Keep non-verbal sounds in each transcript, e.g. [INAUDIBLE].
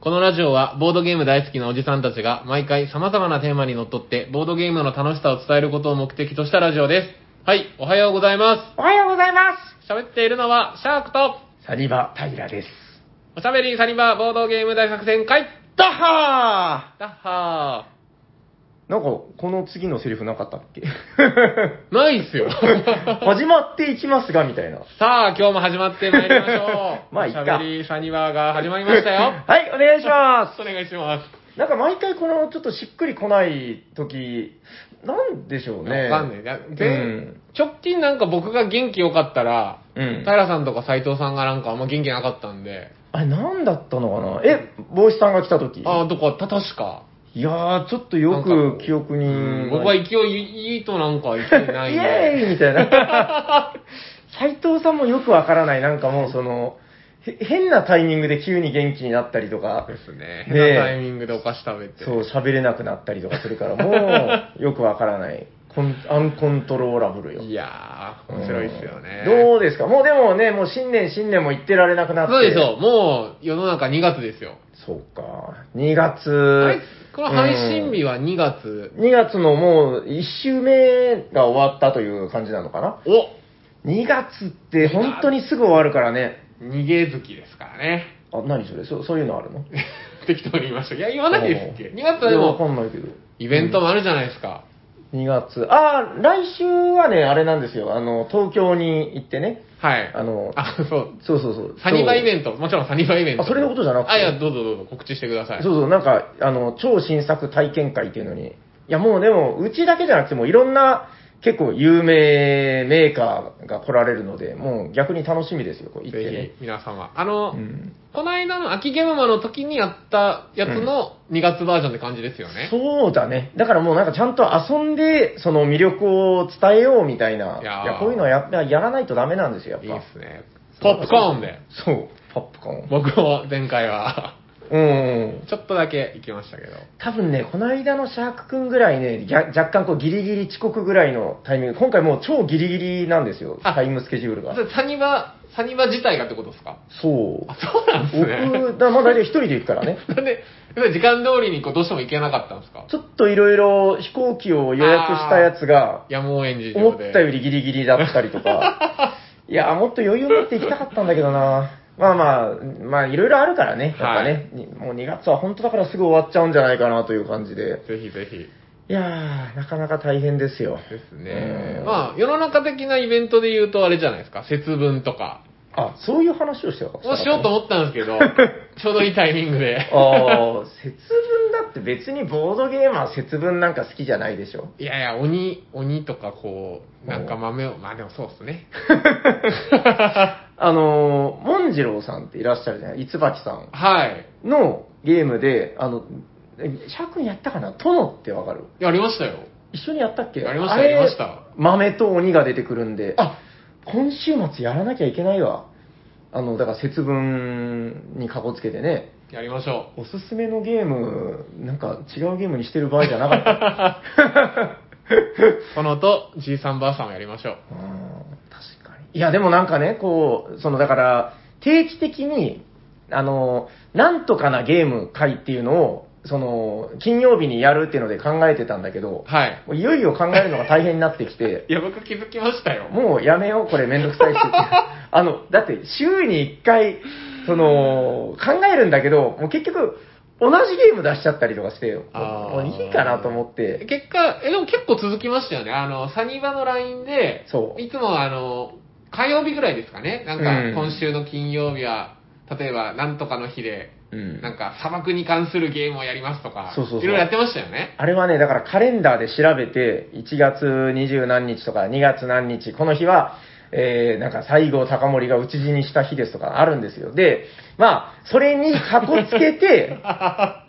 このラジオはボードゲーム大好きなおじさんたちが毎回様々なテーマにのっとってボードゲームの楽しさを伝えることを目的としたラジオです。はい、おはようございまおはようございますす。喋っているのはシャークとすサニバ・タイラです。おしゃべりサニバーボードゲーム大作戦会ダッハだっはーなんか、この次のセリフなかったっ [LAUGHS] けー。ないっすよ。始まっていきますが、みたいな。 [LAUGHS] さあ、今日も始まってまいりましょう。 [LAUGHS] まあいおっしかゃべりサニバーが始まりましたよ。 [LAUGHS] はい、お願いしまお願いします。す。なんか毎回このちょっとしっくりこない時、なんでしょうね。わかんない。だうでん。直近なんか僕が元気良かったら、うん。平さんとか斉藤さんがなんかあんま元気なかったんで、あれ、なんだったのかなえ、帽子さんが来た時ああ、どこた確か。いやー、ちょっとよなんくか記憶にうん。僕は勢いいいとなんか勢いないんイで。エー [LAUGHS] イみた [LAUGHS] いな。斎藤さんもよくわからない、なんかもうその、へ変なタイミングで急に元気になったりとかで、すね。ね変なタイミングでお菓子食べて。そう、喋れなくなったりとかするから、もう、よくわからない。コンアンコントローラブルよ。いやー、面白いっすよね。うんどうですかもうでもね、もう新年新年も言ってられなくなって。そうですよ。もう世の中2月ですよ。そうか。2月。あれこの配信日は2月。 2月のもう1週目が終わったという感じなのかなお ?2 月って本当にすぐ終わるからね。逃げ月ですからね。 [LAUGHS] あ、何それそそういうのあるの適当に言いました。いや、言わないですっけ ?2 月はでわかも、んないけど。イベントもあるじゃないですか。 2月。ああ、来週はね、あれなんですよ。あの、東京に行ってね。はい。あの、あ、そう。そうそうそう。サニバインベント。もちろんサニバイベント。あそれのことじゃなくてあ、いや、どうぞどうぞ告知してください。そうそう、なんか、あの、超新作体験会っていうのに。いや、もうでも、うちだけじゃなくて、もういろんな、結構有名メーカーが来られるので、もう逆に楽しみですよ、こう行ってぜね。ひ、皆様。あの、うんこの間の秋ゲームマの時にやったやつの2月バージョンって感じですよね。そうだね。だからもうなんかちゃんと遊んで、その魅力を伝えようみたいな。いやーいや、こういうのはややらないとダメなんですよ、やっぱ。いいですね。ポップコーンで。そう、ポップコーン。僕も前回は、 [LAUGHS] うんうん。ちょっとだけ行きましたけど。多分ね、この間のシャークくんぐらいね、ぎゃ若干こうギリギリ遅刻ぐらいのタイミング、今回もう超ギリギリなんですよ、あタイムスケジュールが。サニバ、サニバ自体がってことですかそう。あ、そうなんですね。僕、だまあ大体一人で行くからね。なんで、時間通りにこうどうしても行けなかったんですかちょっといろいろ飛行機を予約したやつが、やむを得ん事思情っで。たよりギリギリだったりとか、 [LAUGHS] いや、もっと余裕持って行きたかったんだけどな。まあまあ、まあいろいろあるからね、やっぱね、はにもう2月は本当だからすぐ終わっちゃうんじゃないかなという感じで。ぜひぜひ。いやー、なかなか大変ですよ。ですねう。んまあ、世の中的なイベントで言うとあれじゃないですか。節分とか。あ、そういう話をしてたかをしようと思思ったんですけ [LAUGHS] ど、ちょうどいいタイミングで。ああ、節分だって別にボードゲーマー節分なんか好きじゃないでしょ。いやいや、鬼、鬼とかこう、なんか豆を、まあでもそうっす [LAUGHS] ね。あのー、モンジローさんっていらっしゃるじゃない、いつばきさんはい。のゲームで、あの、えシャークンやったかな殿ってわかるやりましたよ。一緒にやったっけやりましたあれやりました豆と鬼が出てくるんで、あ今週末やらなきゃいけないわ。あの、だから節分にかこつけてね。やりましょおすすめのゲーム、なんか違うゲームにしてる場合じゃなかった。 [LAUGHS] う。そのと、じいさんばあさんをやりましょう。うん確かに。いや、でもなんかね、こう、そのだから、定期的に、あの、なんとかなゲーム会っていうのを、その、金曜日にやるっていうので考えてたんだけど、はい。もういよいよ考えるのが大変になってきて、いや、僕気づきましたよ。もうやめよう、これめんどく [LAUGHS] さいし。あの、だって週に1回、その、考えるんだけど、もう結局、同じゲーム出しちゃったりとかして、もあーうもういいかなと思って、結果、え、でも結構続きましたよね。あの、サニバの LINE で、そう。いつもあの、火曜日ぐらいですかね。なんうんか、今週の金曜日は、例えば、なんとかの日で、うんなんか、砂漠に関するゲームをやりますとか、そうそうそういろいろやってましたよね。あれはね、だからカレンダーで調べて、1月20何日とか2月何日、この日は、えー、なんか西郷隆盛が討ち死にした日ですとかあるんですよ。で、まあ、それにかこつ [LAUGHS] けて、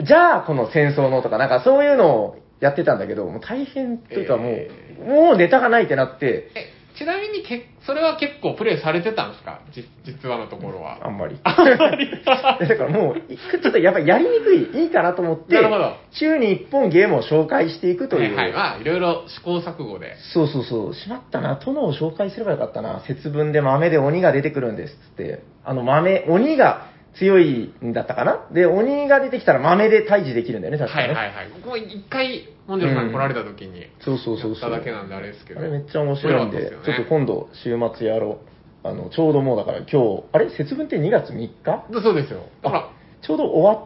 じゃあこの戦争のとか、なんかそういうのをやってたんだけど、もう大変というかもう、えもうネタがないってなって、え、ちなみにけ、それは結構プレイされてたんですかじ実はのところは。あんまり。だからもう、ちょっとやっぱりやりにくい、いいかなと思ってなるほど、週に1本ゲームを紹介していくという。はいはい。まあ、いろいろ試行錯誤で。そうそうそう、しまったな、殿を紹介すればよかったな、節分で豆で鬼が出てくるんですっつって、あの豆、鬼が強いんだったかなで、鬼が出てきたら豆で退治できるんだよね、確かはね。いはいはい。ここ一回、本庄さんに来られた時に、そうそうそうそう。やっただけなんであれですけどあれめっちゃ面白いんで、面白かったですちよょねっと今度週末やろう。あの、ちょうどもうだから今日、あれ節分って2月3日だそうですよ。だから、ちょうど終わ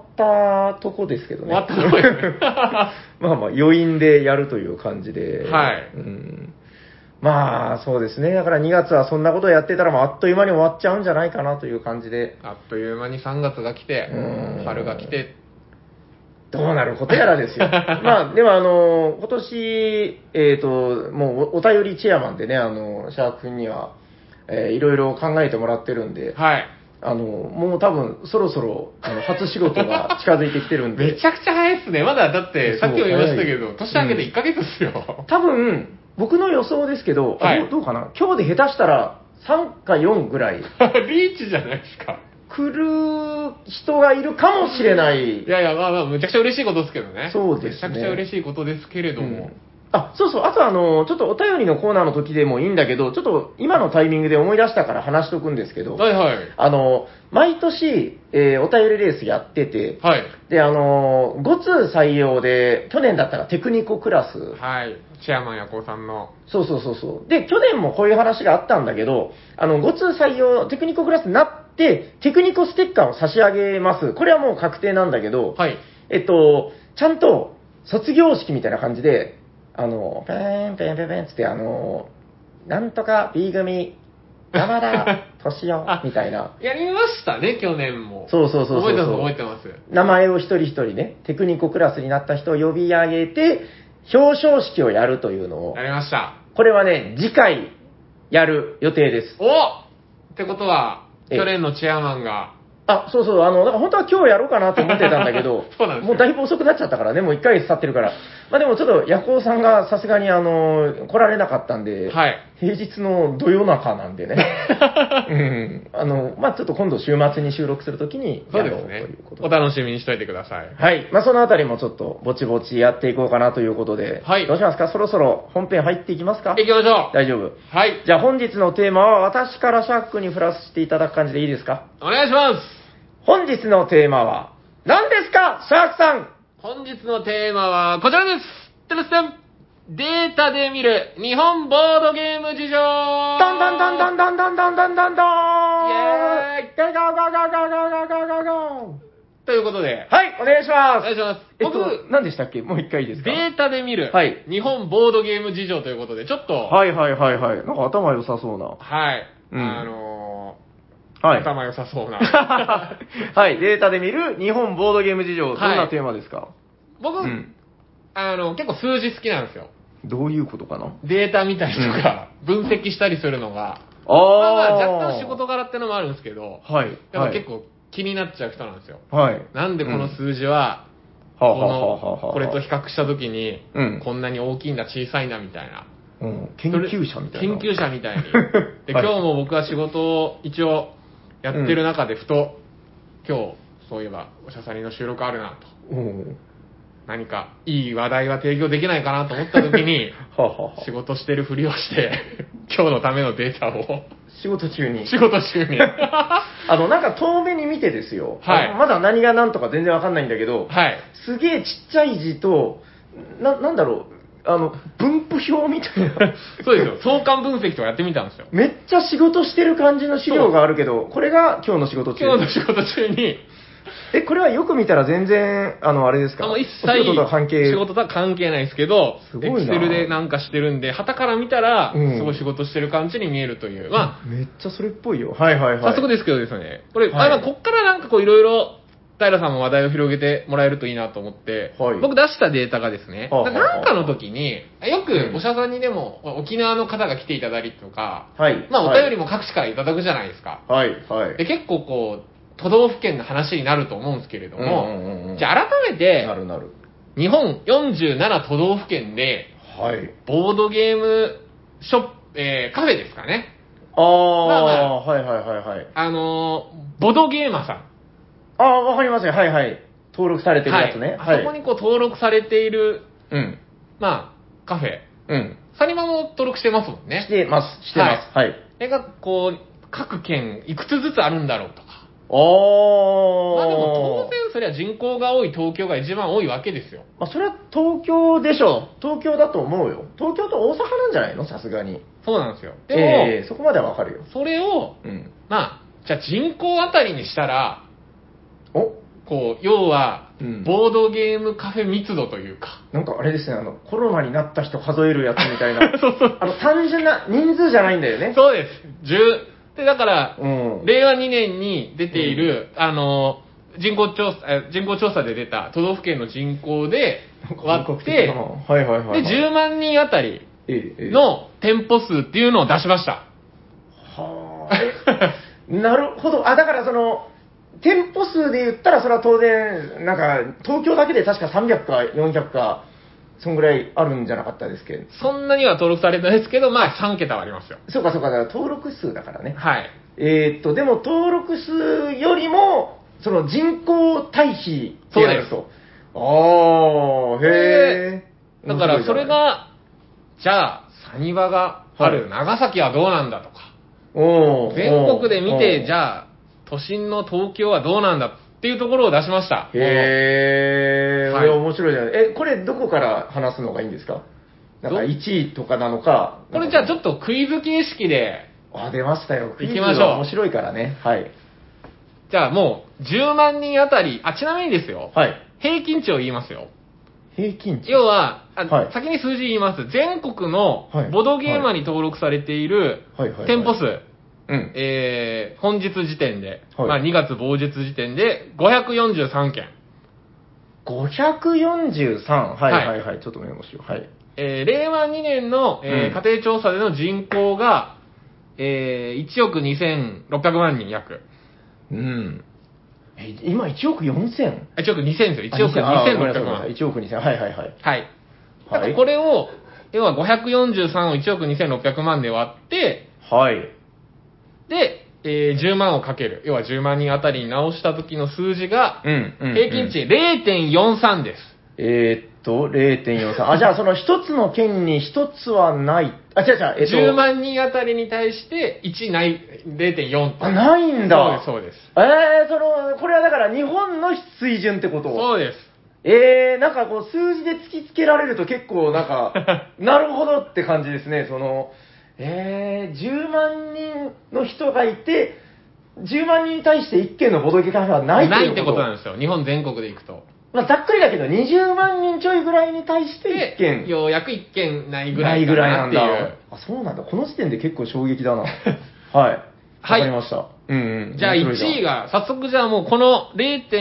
ったとこですけど終ね。わ [LAUGHS] ったとこですね。まあまあ余韻でやるという感じで。はいうん。まあそうですね。だから2月はそんなことをやってたらもうあっという間に終わっちゃうんじゃないかなという感じで。あっという間に3月が来てう、ん春が来て、どうなることや [LAUGHS] らですよ。まあ、でもあの、今年、えっ、と、もうおお便りチェアマンでね、あの、シャーク君には、えーいろいろ考えてもらってるんで、はい。あの、もう多分そろそろ、あの、初仕事が近づいてきてるんでめ、ちゃくちゃ早いっすね。まだだって、さっきも言いましたけそど、う年明けてうん1ヶ月っす [LAUGHS] よ。多分、僕の予想ですけど、あはいどうどうかな今日で下手したら3か4ぐらいリーチじゃないですか。来る人がいるかもしれないい。やいや、まあまあ、むちゃくちゃ嬉しいことですけどね。そうですねめちゃくちゃ嬉しいことですけれどうもん。あ、そうそう。あとあの、ちょっとお便りのコーナーの時でもいいんだけど、ちょっと今のタイミングで思い出したから話しとくんですけど、はいはい。あの、毎年、えーお便りレースやってて、はい。で、あの、5通採用で、去年だったらテクニコクラス。はい。チェアマンやこうさんの。そうそうそうそう。で、去年もこういう話があったんだけど、あの、5通採用、テクニコクラスになって、テクニコステッカーを差し上げます。これはもう確定なんだけど、はい。えっと、ちゃんと卒業式みたいな感じで、あの、ペーンペーンペーンペーンつって、あの、なんとか B 組、[LAUGHS] 山田敏あ夫みたいな、やりましたね、去年も。そうそうそうそうそう覚えてます、覚えてます。名前を一人一人ね、テクニコクラスになった人を呼び上げて、表彰式をやるというのをや、りました。これはね、次回やる予定です。おってことは、ええ去年のチェアマンが、あ、そうそう、あの、だから本当は今日やろうかなと思ってたんだけど [LAUGHS] 、そうなんですよもうだいぶ遅くなっちゃったからね、もう1ヶ月経ってるから。まあでもちょっと、夜行さんがさすがに、あの、来られなかったんで、はい。平日の土曜中なんでね。 [LAUGHS] うん。あの、まあちょっと今度週末に収録するときにそうやでろうすとねいうこ。とおで。楽しみにしといてください。はい。まあそのあたりもちょっと、ぼちぼちやっていこうかなということで、はいどうしますかそろそろ本編入っていきますか行きましょう大丈夫。はい。じゃあ本日のテーマは、私からシャックに振らせていただく感じでいいですかお願いします本日のテーマは、何ですか、シャークさん本日のテーマはこちらですてるすてんデータで見る日本ボードゲーム事情どんどんどんどんどんどんどんどんどんどんイエーイゴーゴーゴーゴーゴーゴーゴーゴーゴーということで、はい、お願いしおま願いしすます。えっ僕、と、何でしたっけもう一回いいですかデータで見る、はい日本ボードゲーム事情ということで、ちょっと、はい。はいはいはいはい。なんか頭良さそうな。うんあのーはい。頭良さそうな。 [LAUGHS] はい、データで見る日本ボードゲーム事情、どんなテーマですか、僕、うん。あの、結構数字好きなんですよ。どういうことかなデータ見たりとか、分析したりするのが、ああまあまあ、若干仕事柄ってのもあるんですけど、はい。やっぱはい結、構気になっちゃう人なんですよ。はい。はなんでこの数字は、あ、こはあはあはあはの、あこれと比較したときに、うんこんなに大きいんだ、小さいんだ、みたいな。うん、研究者みたいな。研究者み [LAUGHS] たいに。で、はい今日も僕は仕事を一応やってる中で、ふと、今日、そういえば、おしゃさりの収録あるなと。うん。何かいい話題は提供できないかなと思った時に、 [LAUGHS] はあはあはあ仕事してるふりをして、今日のためのデータを、仕事中に。仕事中 [LAUGHS] に。はあの、なんか遠目に見てですよ。はいあのまだ何が何とか全然わかんないんだけど、い。すげえちっちゃい字と、な、なんだろう、あの、分布表みたい [LAUGHS] な。そうですよ。相関分析とかやってみたんですよ。めっちゃ仕事してる感じの資料があるけど、これが今日の仕事中今。日の仕事中に、え、これはよく見たら全然、あの、あれですかあもう一お切仕事と関係。仕事とは関係ないですけど、すエごクいセなルでなんかしてるんで、旗から見たら、うんすごい仕事してる感じに見えるという。まめっちゃそれっぽいよ。はいはいあ、はい。早速ですけどですね、これ、はいあまあこっからなんかこういろいろ、平さんも話題を広げてもらえるといいなと思って、はい僕出したデータがですね、はあはあなんかの時に、ようんくお医者さんにでも、沖縄の方が来ていただいたりとか、はい。まあおはい便りも各地からいただくじゃないですか。はい、はい。で結構こう、都道府県の話になると思うんですけれども、うんうんうんうんじゃあ改めてな、るなる。日本47都道府県で、はい。ボードゲームショップ、えー、カフェですかね。ああ、まあまあはいはいはいはい。あのーボドゲーマーさん。ああ、わかりますよ。はいはい。登録されてるやつね。はい。あそこにこう登録されている、うん。まあ、カフェ。うん。サリマも登録してますもんしね。てます。してます。はい。それが、こう、各県いくつずつあるんだろうとか。おー。まあでも当然それは人口が多い東京が一番多いわけですよ。まあ、それは東京でしょう。東京だと思うよ。東京と大阪なんじゃないのさすがに。そうなんですよ。でも、ええそこまではわかるよ。それを、うん。まあ、じゃあ人口あたりにしたら、おこう、要は、うんボードゲームカフェ密度というか、なんかあれですね、あの、コロナになった人数えるやつみたいな。 [LAUGHS] そうそうあの、単純な人数じゃないんだよね。そうです。10。で、だから、うん。令和2年に出ている、あの、人口調査、え人口調査で出た都道府県の人口で割国っ的てな、はいはいはい、はい。で、10万人あたりええ、ええ、の店舗数っていうのを出しました。はあ。えなるほど。あ、だからその、店舗数で言ったら、それは当然、なんか、東京だけで確か300か400か、そんぐらいあるんじゃなかったですけど。そんなには登録されてないですけど、まあ3桁はありますよ。そうかそうか、だから登録数だからね。はい。えーっと、でも登録数よりも、その人口対比ってやると。ああ、へえ。だからそれが、じゃあ、サニバがあはるい長崎はどうなんだとか、面白いじゃない、全国で見て、じあ。ゃあ、都心の東京はどうなんだっていうところを出しました。へえ、はい面白いじゃない。え、これどこから話すのがいいんですかなんかど1位とかなのか。これじゃあちょっっとクイズ形式で、と。あ、出ましたよ。行きましょう面白いからね。はい。じゃあもう10万人あたり、あ、ちなみにですよ、はい。平均値を言いますよ。平均値。要は、あはい先に数字言います。全国のはいボドゲーマーに登録されているはいはいはい店舗数、うん。えー本日時点で、はいまあ2月某日時点で543件。 543。はいはいはいはい。ちょっとメモしよう。はい。えー令和2年の、えーうん家庭調査での人口が、えー1億2600万人約。うん。え、今1億4000あ1億2000ですよ。1億あごめん2600なさいごめんなさい万。 1億2000。はいはいはい。はい。だかはらいこれを、要は543を1億2600万で割って、はい。で、えー10万をかける。要は10万人あたりに直した時の数字が、ん平均値。0.43です。えーっと、0.43。あ、じ [LAUGHS] ゃあその一つの県に一つはない。あ、違う違う。えっと、 10万人あたりに対して1ない、0.4あ、ないんだ。そうです、えー、その、これはだから日本の水準ってことそうです。えー、なんかこう数字で突きつけられると結構な [LAUGHS] んか、なるほどって感じですね。その、えー、10万人の人がいて、10万人に対して1件のボドゲカフェはないないってことなんです。ですよ。日本全国で行くと。まあ、ざっくりだけど、20万人ちょいぐらいに対して1で、件。ようやく1件ないぐならいいぐからいななっんていう。だ。あ、そうなんだ。この時点で結構衝 [LAUGHS] 撃だな。はい。はいわかりました。うんうん。じゃあ面白い1位。が、早速じゃあもうこの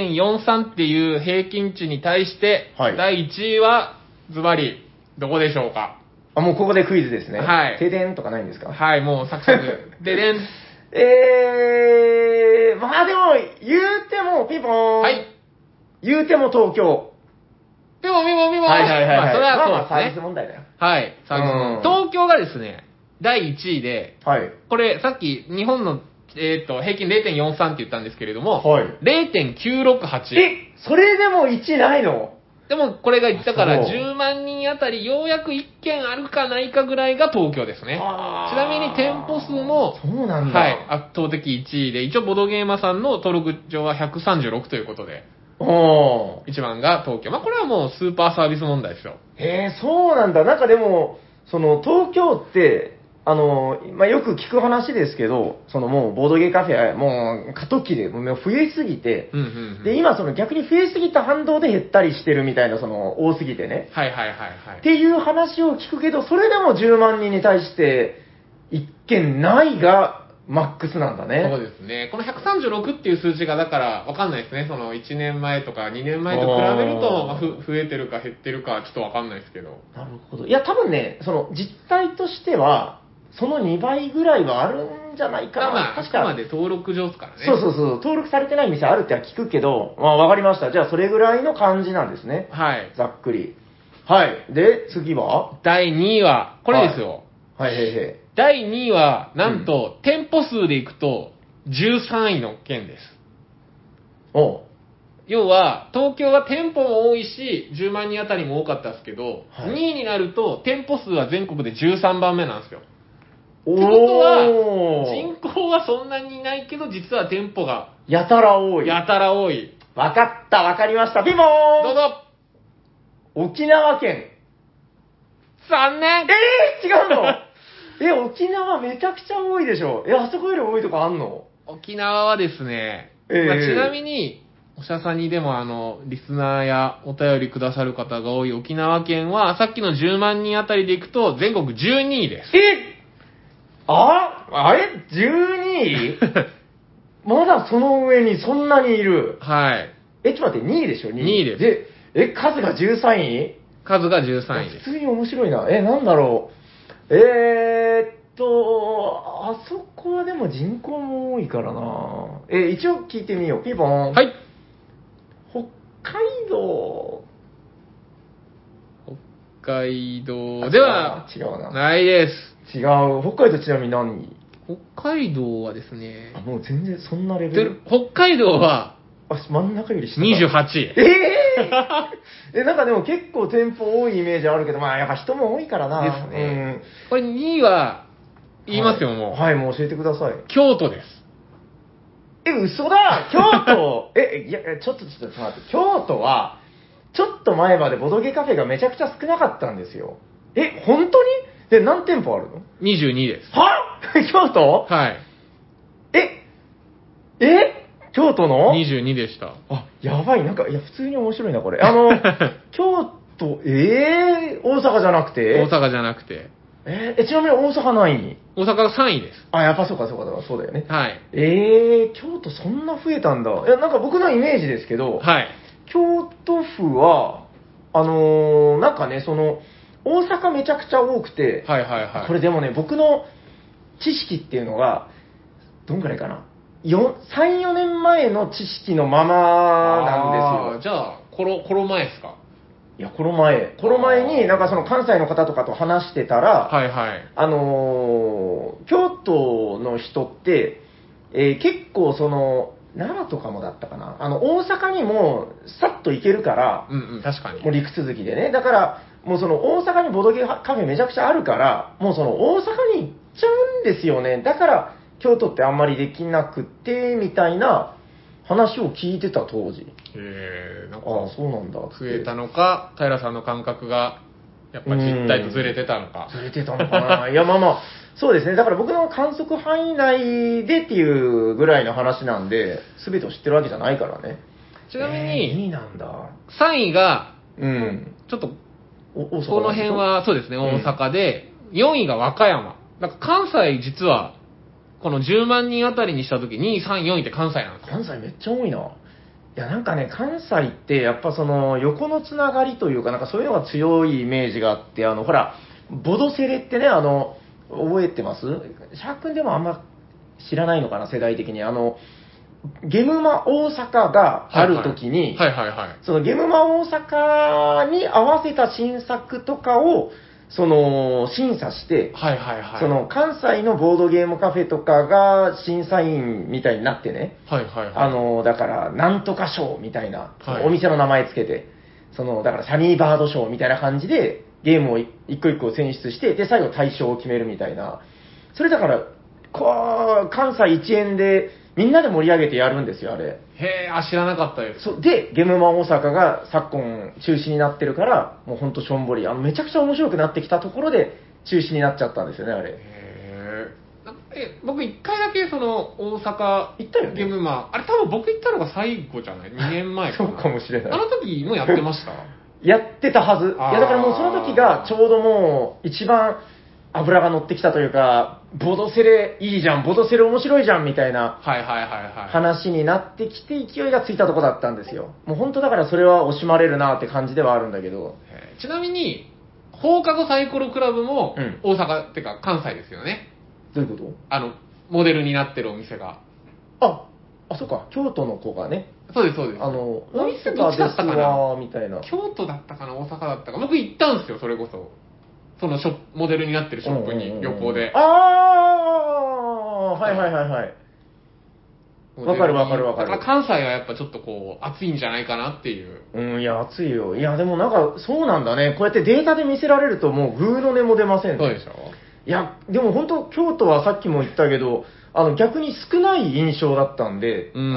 0.43っていう平均値に対して、はい第1位は、ズバリ、どこでしょうかあ、もうここでクイズですね。はい停電とかないんですかはい、もうサクサク。 [LAUGHS] ででん。えー、まあでも、言うても、ピンポーン。はい。言うても東京。でも、みもみも。まあ、それまあまあはそうサーでビすスね。問題だよ。はい、サービスうん東京がですね、第1位で、はい。これ、さっき、日本の、えっ、と、平均0.43って言ったんですけれども、はい0.968。え、それでも1位ないのでも、これが、だから、そう10万人あたり、ようやく1件あるかないかぐらいが東京ですね。ちあーなみに、店舗数も、そうなんだ。はい、圧倒的1位で、一応、ボドゲーマーさんの登録上は136ということで、おー1番が東京。まあ、これはもう、スーパーサービス問題ですよ。えー、そうなんだ。なんかでも、その、東京って、あの、まあ、よく聞く話ですけど、そのもう、ボードゲーカフェ、もう、過渡期で、もう増えすぎて、うんうん、うん。で、今その逆に増えすぎた反動で減ったりしてるみたいな、その、多すぎてね。はいはいはいはっい。ていう話を聞くけど、それでも10万人に対して、一件ないがマックスなんだそうね。ですね。この136っていう数字が、だから、わかんないですね。その、1年前とか2年前と比べると、あーまあふ増えてるか減ってるか、ちょっとわかんないですけど。なるほど。いや、多分ね、その実態としては、その2倍ぐらいはあるんじゃないかまな。あまあ、あ確くまか。で登録上ですからね。そうそうそう、登録されてない店あるっては聞くけど、まあわかりました。じゃあそれぐらいの感じなんですね。はい。ざっくり。はい。で、次は第2位は、これですよ。はいはいはい。第2位は、なんと、店舗数でいくと、13位の県です。おう要は、東京は店舗も多いし、10万人あたりも多かったですけど、はい2位になると、店舗数は全国で13番目なんですよ。ってことは、人口はそんなにいないけど、実は店舗がやたら多い。やたら多い。わかった、わかりました。ピンポーンどうぞ沖縄県。残念えー、違うの [LAUGHS] え、沖縄めちゃくちゃ多いでしょ。え、あそこより多いとこあんの沖縄はですね、ええまあちなみに、おしゃさんにでもあの、リスナーやお便りくださる方が多い沖縄県は、さっきの10万人あたりでいくと、全国12位です。えああれ [LAUGHS] ?12 位まだその上にそんなにいる。はい。え、ちょっと待って、2位でしょ、2位。 2位ですで。え、数が13位数が13位で普す。通に面白いな。え、なんだろう。えー、っと、あそこはでも人口も多いからな。え、一応聞いてみよう。ピボン。は。い。北海道。北海道では、違うな。ないです。違う。北海道ちなみに何位北海道はですねあ、、もう全然そんなレベでル。北海道はあ、真ん中より下だ。 28位。え [LAUGHS] ええ、なんかでも結構店舗多いイメージあるけど、まあやっぱ人も多いからな。ですねこれ2位は、うん言いますよ、はいもう。はい、もう教えてください。京都です。え、嘘だ京都 [LAUGHS] え、いや、ちょっとちょっと待って、京都は、ちょっと前までボドゲカフェがめちゃくちゃ少なかったんですよ。え、本当にで、何店舗あるの22です。は [LAUGHS] 京都はい。え、え京都の22でした。あ、やばい、なんか、いや、普通に面白いな、これ。 [LAUGHS] あの、京都、えー、大阪じゃなくて大阪じゃなくて。えーえちなみに大阪何位大阪が3位です。あ、やっぱそうかそうかそうか、そうだよね。はい。えー、京都そんな増えたんだ。いや、なんか僕のイメージですけど、はい。京都府は、あのーなんかね、その、大阪めちゃくちゃ多くて、はいはいはい。これでもね、僕の知識っていうのが、どんくらいかな。よ3、4年前の知識のままなんあーですよ。じゃあ、コロ、コロ前ですかいや、この前、この前あーになんかその関西の方とかと話してたら、はいはい。あのー京都の人って、えー結構その、奈良とかもだったかな。あの、大阪にもさっと行けるから、うんうん、確かに。もう陸続きでね。だから、もうその大阪にボドゲカフェめちゃくちゃあるから、もうその大阪に行っちゃうんですよね。だから、京都ってあんまりできなくて、みたいな話を聞いてた当時。えー、なあんあか、、そうなんだって。増えたのか、平さんの感覚が、やっぱ実態とずれてたのか。ずれてたのかな [LAUGHS] いや、まあまあ、そうですね。だから僕の観測範囲内でっていうぐらいの話なんで、全てを知ってるわけじゃないからね。ちなみえーに、 2位なんだ。 3位が、うん。ちょっと、お大阪なんでしょこの辺、は、そうですね、うん大阪で、4位が和歌山。なんか関西実は、この10万人あたりにしたとき、2位、3位、4位って関西なんですよ。関西めっちゃ多いな。いや、なんかね、関西って、やっぱその、横のつながりというか、なんかそういうのが強いイメージがあって、あの、ほら、ボドセレってね、あの、覚えてますシャークンでもあんま知らないのかな、世代的に。あの、ゲムマ大阪がある時に、はいはいはい。そのゲムマ大阪に合わせた新作とかを、その、審査して、はいはいはい。そ、の関西のボードゲームカフェとかが審査員みたいになってね、はいはいはい。あの、だから、なんとか賞みたいな、はいお店の名前つけて、その、だからサニーバード賞みたいな感じで、ゲームを一個一個選出して、で、最後大賞を決めるみたいな。それだから、こう、関西一円で、みんなで盛り上げてやるんですよ、あれ。へえ、あ、知らなかったです。そうで、ゲムマ大阪が昨今中止になってるから、もうほんとしょんぼり、あの、めちゃくちゃ面白くなってきたところで中止になっちゃったんですよね、あれ。へーなえ、僕一回だけその、大行ったよ阪ねゲームマン、あれ多分僕行ったのが最後じゃない ?2 年前か [LAUGHS] そな。うかもしれあない。の時もやってました [LAUGHS] やってたはず。いあーや、だからもうその時がちょうどもう一番油が乗ってきたというか、ボドセレいいじゃん、ボドセレ面白いじゃんみたいなはいはいはいはい。話になってきて勢いがついたとこだったんですよ。もうほんとだからそれは惜しまれるなって感じではあるんだけど。へーちなみに、放課後サイコロクラブもうん、大阪、ってか関西ですよね。どういうことあの、モデルになってるお店が。あ、あ、そっか、京都の子がね、そうです、そうです。あの、おなん店とどかっちですだったかなわーみたいな。京都だったかな、大阪だったか。僕行ったんですよ、それこそ。そのショップ、モデルになってるショップうんうにんう旅ん行で。ああ、はいはいはいはい。わかるわかるわかるだから関西はやっぱちょっとこう、暑いんじゃないかなっていう。うん、いや、暑いよ。いや、でもなんか、そうなんだね。こうやってデータで見せられると、もう、グーの音も出ませんねそうでしょいや、でも本当、京都はさっきも言ったけど、あの逆に少ない印象だったんで、あうん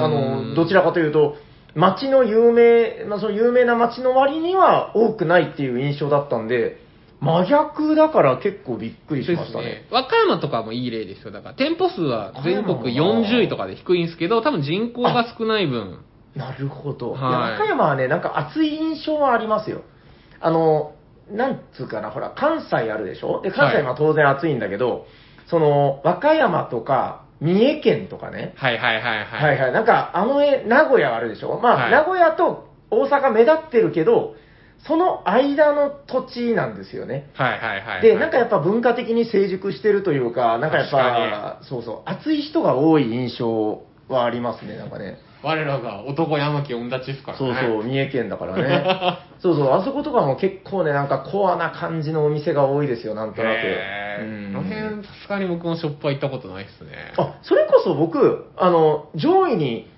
のどちらかというと、町の有名、まあ、その有名な町の割には多くないっていう印象だったんで、真逆だから結構びっくりしましたね。和歌山とかもいい例ですよ。だから店舗数は全国和歌山は40位とかで低いんですけど、多分人口が少ない分。なるほど。いやはい和歌山はね、なんか熱い印象はありますよ。あの、なんつうかな、ほら、関西あるでしょで、関西は当然暑いんだけど、その、和歌山とか、三重県とかね、はいはいはいははいい。はい。なんか、あの絵、名古屋あるでしょまあ、はい名古屋と大阪目立ってるけど、その間の土地なんですよね。はいはいはい。で、なんかやっぱ文化的に成熟してるというか、なんかやっぱ、そうそう、熱い人が多い印象はありますね、なんかね。我らが男山木御立ちですからね。そうそう、三重県だからね。 [LAUGHS] そうそう、あそことかも結構ね、なんかコアな感じのお店が多いですよ、なんとなく。へーうんこの辺、さすがに僕もショップは行ったことないですね。あ、それこそ僕、あの、上位に、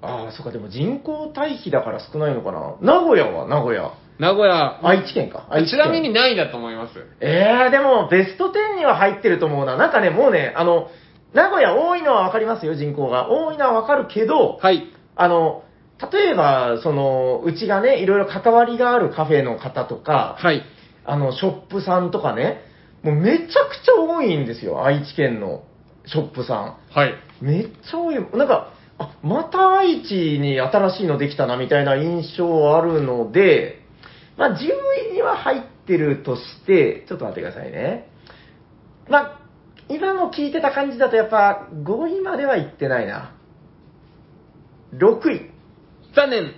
ああ、そっか、でも人口対比だから少ないのかな。名古屋は名古屋。名古屋、愛知県か。愛知ち県。なみに。ないだと思います。えー、でも、ベスト10には入ってると思うな。なんかね、もうね、あの、名古屋多いのはわかりますよ、人口が。多いのはわかるけど、はい。あの、例えば、その、うちがね、いろいろ関わりがあるカフェの方とか、はい。あの、ショップさんとかね、もうめちゃくちゃ多いんですよ、愛知県のショップさん。はい。めっちゃ多い。なんか、あ、また愛知に新しいのできたなみたいな印象あるので、まあ、10位には入ってるとして、ちょっと待ってくださいね。まあ、今の聞いてた感じだとやっぱ5位までは行ってないな。6位。残念、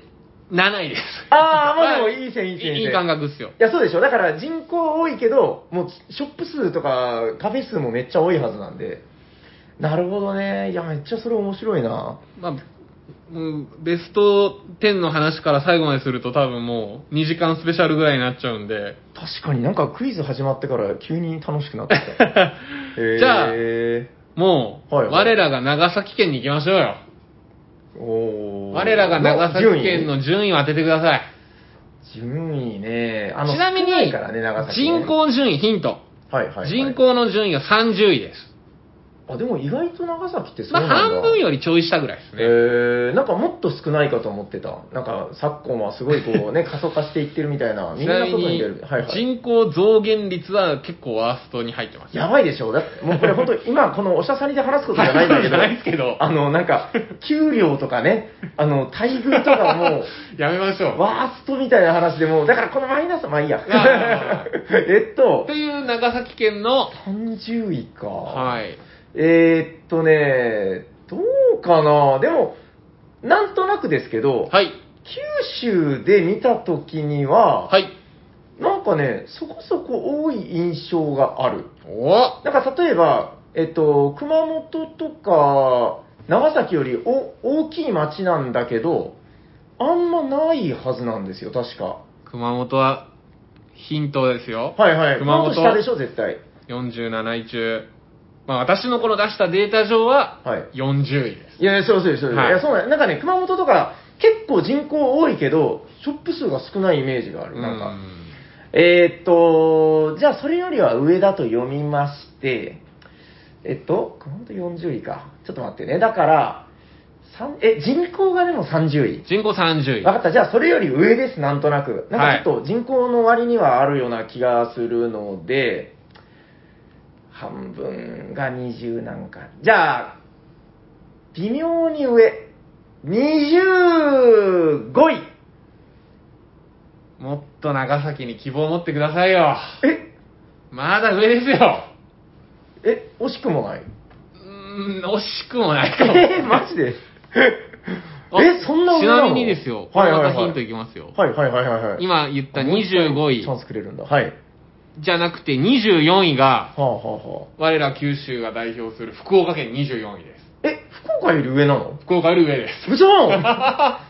7位です。あーまあでもはいい線いい線いい感覚っすよ。いや、そうでしょ。だから人口多いけど、もうショップ数とかカフェ数もめっちゃ多いはずなんで。なるほどね。いや、めっちゃそれ面白いな。まあ、うんベスト10の話から最後まですると多分もう2時間スペシャルぐらいになっちゃうんで。確かになんかクイズ始まってから急に楽しくなってきた。えー [LAUGHS] じゃあもう、はいはい我らが長崎県に行きましょうよ。おー我らが長崎県の順位を当ててください。順位ね、あのちなみ少なに、いからね、長崎ね人、口順位、ヒント。はいはいはい人口の順位は30位です。あ、でも意外と長崎ってそうまなんあ、だ。半分よりちょい下ぐらいですえね。ー、なんかもっと少ないかと思ってた。なんか昨今はすごいこ [LAUGHS] うね、過疎化していってるみたいな、みちんななみ外にに出る。はい、はい。人口増減率は結構ワーストに入ってます。やばいでしょだってもうこれ [LAUGHS] 本当今このおしゃさにで話すことじゃないんだ話 [LAUGHS] けど、すことじゃないですけどあの、なんか、給料とかね、あの、待遇とかも、やめましょワーストみたいな話でもう、だからこのマイナス、まあいいや。あ [LAUGHS] えっう。とと、いう長崎県の、 30位か。はい。えーっとね、どうかな。でも、なんとなくですけど、はい。九州で見たときには、はい。なんかね、そこそこ多い印象がある。おなんか例えば、えっと、熊本とか、長崎よりお大きい町なんだけど、あんまないはずなんですよ、確か。熊本は、ヒントですよ。はいはい。熊本下でしょ、絶対。 47位中。まあ、私のこの出したデータ上は、はい。 40位です。いや、そうそうそうそう。はいい、や、そうなんなんかね、熊本とか、結構人口多いけど、ショップ数が少ないイメージがある。なんか。うんえーっと、じゃあそれよりは上だと読みまして、えっと、熊本40位か。ちょっと待ってね。だから、さんえ、人口がでも30位。人口30位。わかった。じゃあ、それより上です、なんとなく。はないんかちょっと人口の割にはあるような気がするので、半分が20なんか。じゃあ、微妙に上。25位。もっと長崎に希望を持ってくださいよ。え、まだ上ですよ。え、惜しくもない。うーん、惜しくもないかも。えー、 [LAUGHS] マジであえ、そんな上ちなのなみにですよ。こはいれはまいたはヒい。ントいきますよ。はいはいはいはいはい。今言ったあもう一回25チャン位スくれるんだ。はい。はじゃなくて24位が、あはあは我ら九州が代表する福岡県24位です。あ。え、福岡より上なの福岡より上です。 [LAUGHS] 嘘あ、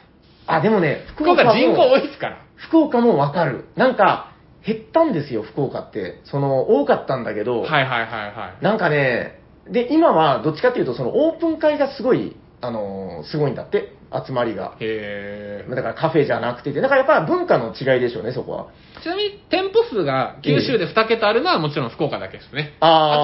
でもね、福岡も人口多いですから。福岡もわかる。なんか、減ったんですよ、福岡って。その、多かったんだけど、はいはいはいはい。なんかね、で、今はどっちかっていうと、その、オープン会がすごい、あのーすごいんだって、集まりが。へだからカフェじゃなくてて、だからやっぱ文化の違いでしょうね、そこは。ー。ちなみに店舗数が九州で2桁あるのはもちろん福岡だけですね。あ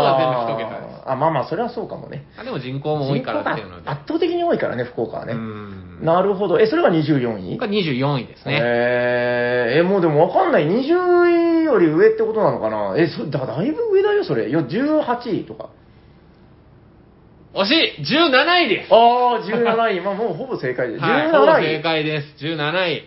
とは全部1桁です。あ、まあまあ、それはそうかもね。あでも人口も多いからっていうの人口で。が圧倒的に多いからね、福岡はねう。ん。なるほど。え、それが24位が24位ですね。えーえ、もうでもわかんない。20位より上ってことなのかなえ、そだだいぶ上だよ、それ。いや、18位とか。惜しい !17 位ですああ、17位。ま [LAUGHS] あもうほぼ正解で。はい、ほぼ正17位。解です。17位。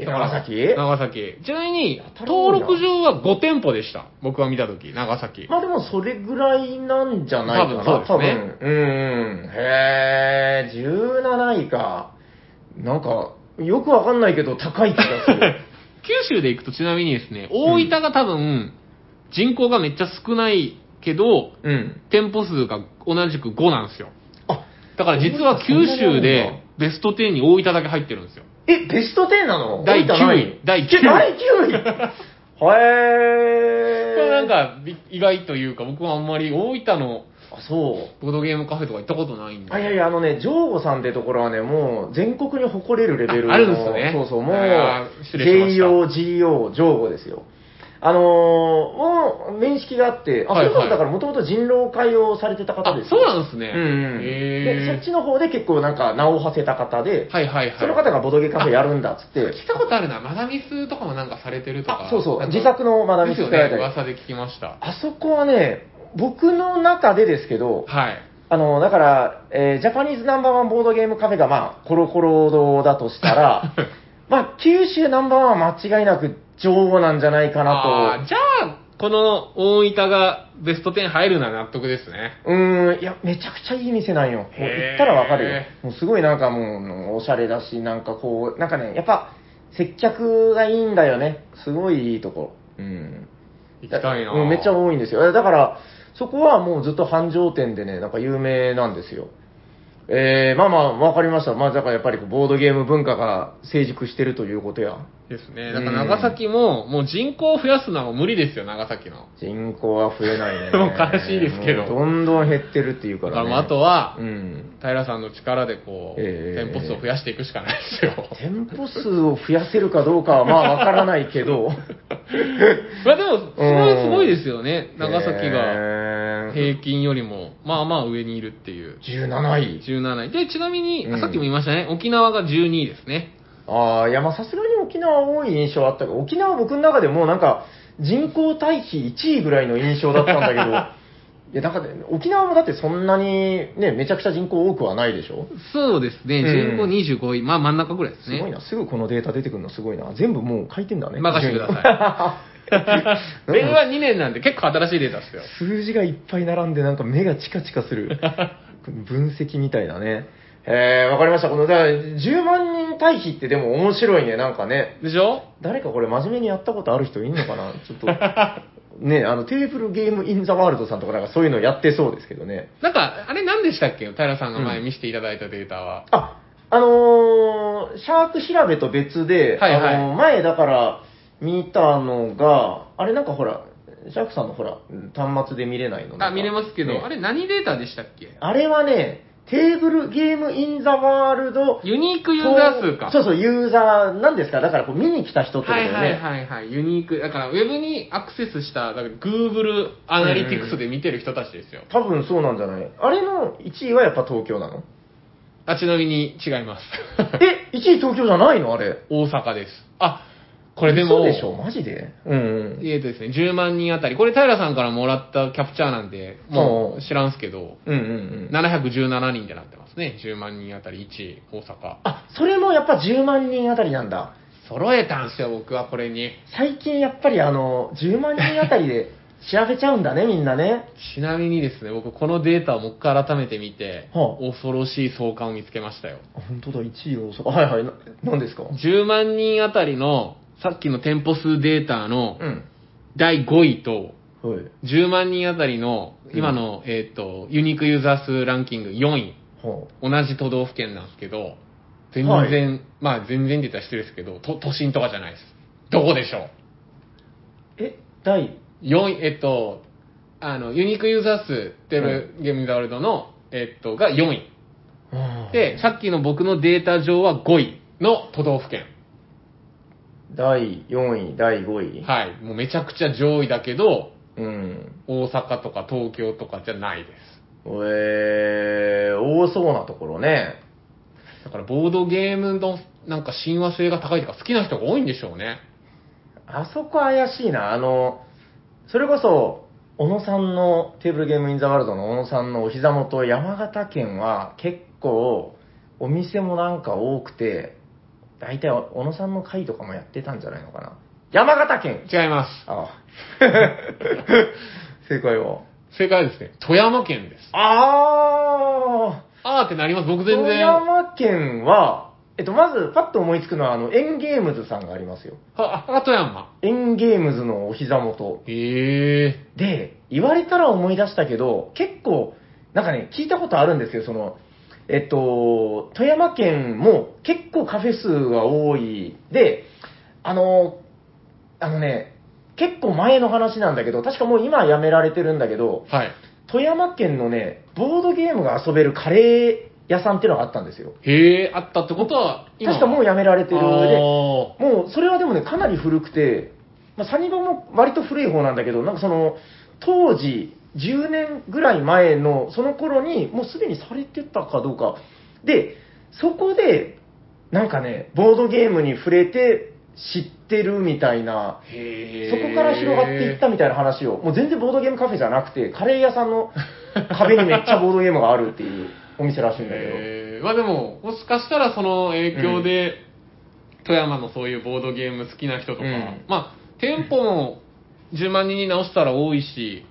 え長崎長崎。ちなみにや、たら多い登録な上は5店舗でした。僕が見たとき、長崎。まあでもそれぐらいなんじゃないかな。多分そうですね多分うんうん。へえ、17位か。なんか、よくわかんないけど高い気がす [LAUGHS] る。 [LAUGHS] 九州で行くとちなみにですね、大分が多分、人口がめっちゃ少ないけど、うん。店舗数が同じく5なんですよ。あ、だから実は九州でベスト10に大分だけ入ってるんですよ。え、ベスト10なの第九位大分ない第九位え第9位へ [LAUGHS] こえ。れなん、かび意外というか、僕はあんまり大分のあ、そう。ボードゲームカフェとか行ったことないんで。あいやいや、あのね、ジョーゴさんってところはね、もう全国に誇れるレベルの、ああるんですねそうそう、もうあー、失礼しました JOGO、ジョーゴですよ。あのーもう、面識があって、あ、はいはいそれこそだからもともと人狼会をされてた方あで、すそようなんですね。うんうん、で、へそっちの方で結構なんか名を馳せた方でー。、はいはいはい。その方がボドゲカフェやるんだっつって、聞いたことあるな、マダミスとかもなんかされてるとか。あ、そうそう、なんか自作の学びですよ作らね、れたり、噂で聞きました。あそこはね、僕の中でですけど、 [LAUGHS] はい。あの、だから、えージャパニーズナンバーワンボードゲームカフェが、まあ、コロコロ堂だとし [LAUGHS] たら、まあ、九州ナンバーワンは間違いなく女王なんじゃないかあなーじゃあ、この大分がベスト10入るのは納得ですね。と。うーん、いや、めちゃくちゃいい店なんよ。もうへー行ったらわかるよ。もうすごいなんかもう、おしゃれだし、なんかこう、なんかね、やっぱ、接客がいいんだよね。すごいいいところ。うん。行きたいな、うんめっちゃ多いんですよ。だから、そこはもうずっと繁盛店でね、なんか有名なんですよ。えー、まあまあ、わかりました。まあ、だからやっぱりこうボードゲーム文化が成熟してるということや。ですね。だから長崎も、もう人口を増やすのはもう無理ですよ、長崎の。人口は増え [LAUGHS] ないね。もう悲しいですけどもうどんどん減ってるっていうかだかららね。もうあとはう、ん。平さんの力でこう、ええ店舗数を増やしていくしかないですよ。店舗数を増やせるかどうかはまあわからないけど。まあでも、それはすごいですよね、 [LAUGHS] 長崎がが平均よりも、まあまあ上にいるっていう。 17位。 17位。で、ちなみに、あうんさっきも言いましたね、沖縄が12位ですね。ああ、いや、まあさすがに沖縄多い印象あったけど、沖縄は僕の中でもうなんか、人口対比1位ぐらいの印象だった [LAUGHS] んだけど、いや、なんかね、沖縄もだってそんなにね、めちゃくちゃ人口多くはないでしょそうですね、うん人口25位。まあ真ん中ぐらいですすね。ごいな、すぐこのデータ出てくるのすごいな。全部もう書いてんだね。任せてくださいい令和2年なん [LAUGHS] で結構新しいデータですよ。 [LAUGHS] 数字がいっぱい並んでなんか目がチカチカ [LAUGHS] する分析みたいなねえー、わかりましたこのだから10万人対比ってでも面白いねなんかねでしょ誰かこれ真面目にやったことある [LAUGHS] 人いんのかなちょっとねあのテーブルゲームインザワールドさんとかなんかそういうのやってそうですけどねなんか、あれ何でしたっけ平さんが前見せていただいたデータは。ああのーシャーク調べと別で、はいはいあのー前だから見たのがあれなんかほらシャークさんのほら端末で見れないのなんあ、か見れますけど、ねあれ何データでしたっけあれはね、テーブルゲームインザワールド、ユニークユーザー数か。そうそう、ユーザーなんですか、だからこう見に来た人ってことはだいよね。はいはいはい。ユニーク。だから、ウェブにアクセスした、だから Google アナリティクスで見てる人たちですよ。多分そうなんじゃないあれの1位はやっぱ東京なのあ、ちなみに違い [LAUGHS] ます。え、1位東京じゃないのあれ。大阪です。あ、これでも、嘘でしょマジでうんうん。えっ、とですね、10万人あたり、これ平さんからもらったキャプチャーなんで、もおうう知らんすけど、うんうんうん。 717人ってなってますね。10万人あたり1位、大阪。あ、それもやっぱ10万人あたりなんだ。揃えたんすよ、僕はこれに。最近やっぱりあの、10万人あたりで調べちゃうんだね、みんなね。ちなみにですね、僕このデータをもう一回改めて見て、は恐ろしい相関を見つけましたよ。あ本当だ、1位大阪。はいはい、な何ですか10万人あたりの、さっきの店舗数データのうん。第5位と、はい。 10万人あたりの、今の、えっ、と、ユニークユーザー数ランキング4位、はあ同じ都道府県なんですけど、全然、はいまあ全然って言ったら失礼ですけど、都都心とかじゃないです。どこでしょうえ、第4位、えっと、あの、ユニークユーザー数、テーブルゲームインザワールドの、えっと、が4位。で、さっきの僕のデータ上は5位の都道府県。第4位、第5位。はい。もうめちゃくちゃ上位だけど、うん。大阪とか東京とかじゃないでえー、多そうなところね。す。だからボードゲームのなんか親和性が高いとか好きな人が多いんでしょうね。あそこ怪しいな。あの、それこそ、小野さんの、テーブルゲームインザワールドの小野さんのお膝元、山形県は結構、お店もなんか多くて、大体小野さんの会とかもやってたんじゃないのかな。山形県違いまああ [LAUGHS] 正解は。す。正解はですね、富山県です。あああーってなります。僕全富然。山県は、えっと、まず、パッと思いつくのは、あの、エンゲームズさんがありますよ。あ、あ、富山。エンゲームズのお膝元。へえ。で、言われたら思い出したけど、結構、なんかね、聞いたことあるんですよ、その、えっと、富山県も結構カフェ数が多い。で、あの、あのね、結構前の話なんだけど、確かもう今はやめられてるんだけど、はい。富山県のね、ボードゲームが遊べるカレー屋さんっていうのがあったんですよ。へえ、あったってことは、確かもうやめられてる。で、あもうそれはでもね、かなり古くて、まあ、サニバも割と古い方なんだけど、なんかその、当時、10年ぐらい前の、その頃に、もうすでにされてたかどうか。で、そこで、なんかね、ボードゲームに触れて知ってるみたいな、ーへえ。そこから広がっていったみたいな話を、もう全然ボードゲームカフェじゃなくて、カレー屋さんの壁にめっちゃボードゲームがあるっていうお店らしいんだけど。えーまあでも、もしかしたらその影響で、富山のそういうボードゲーム好きな人とか、うんまあ、店舗も10万人に直したら多いし、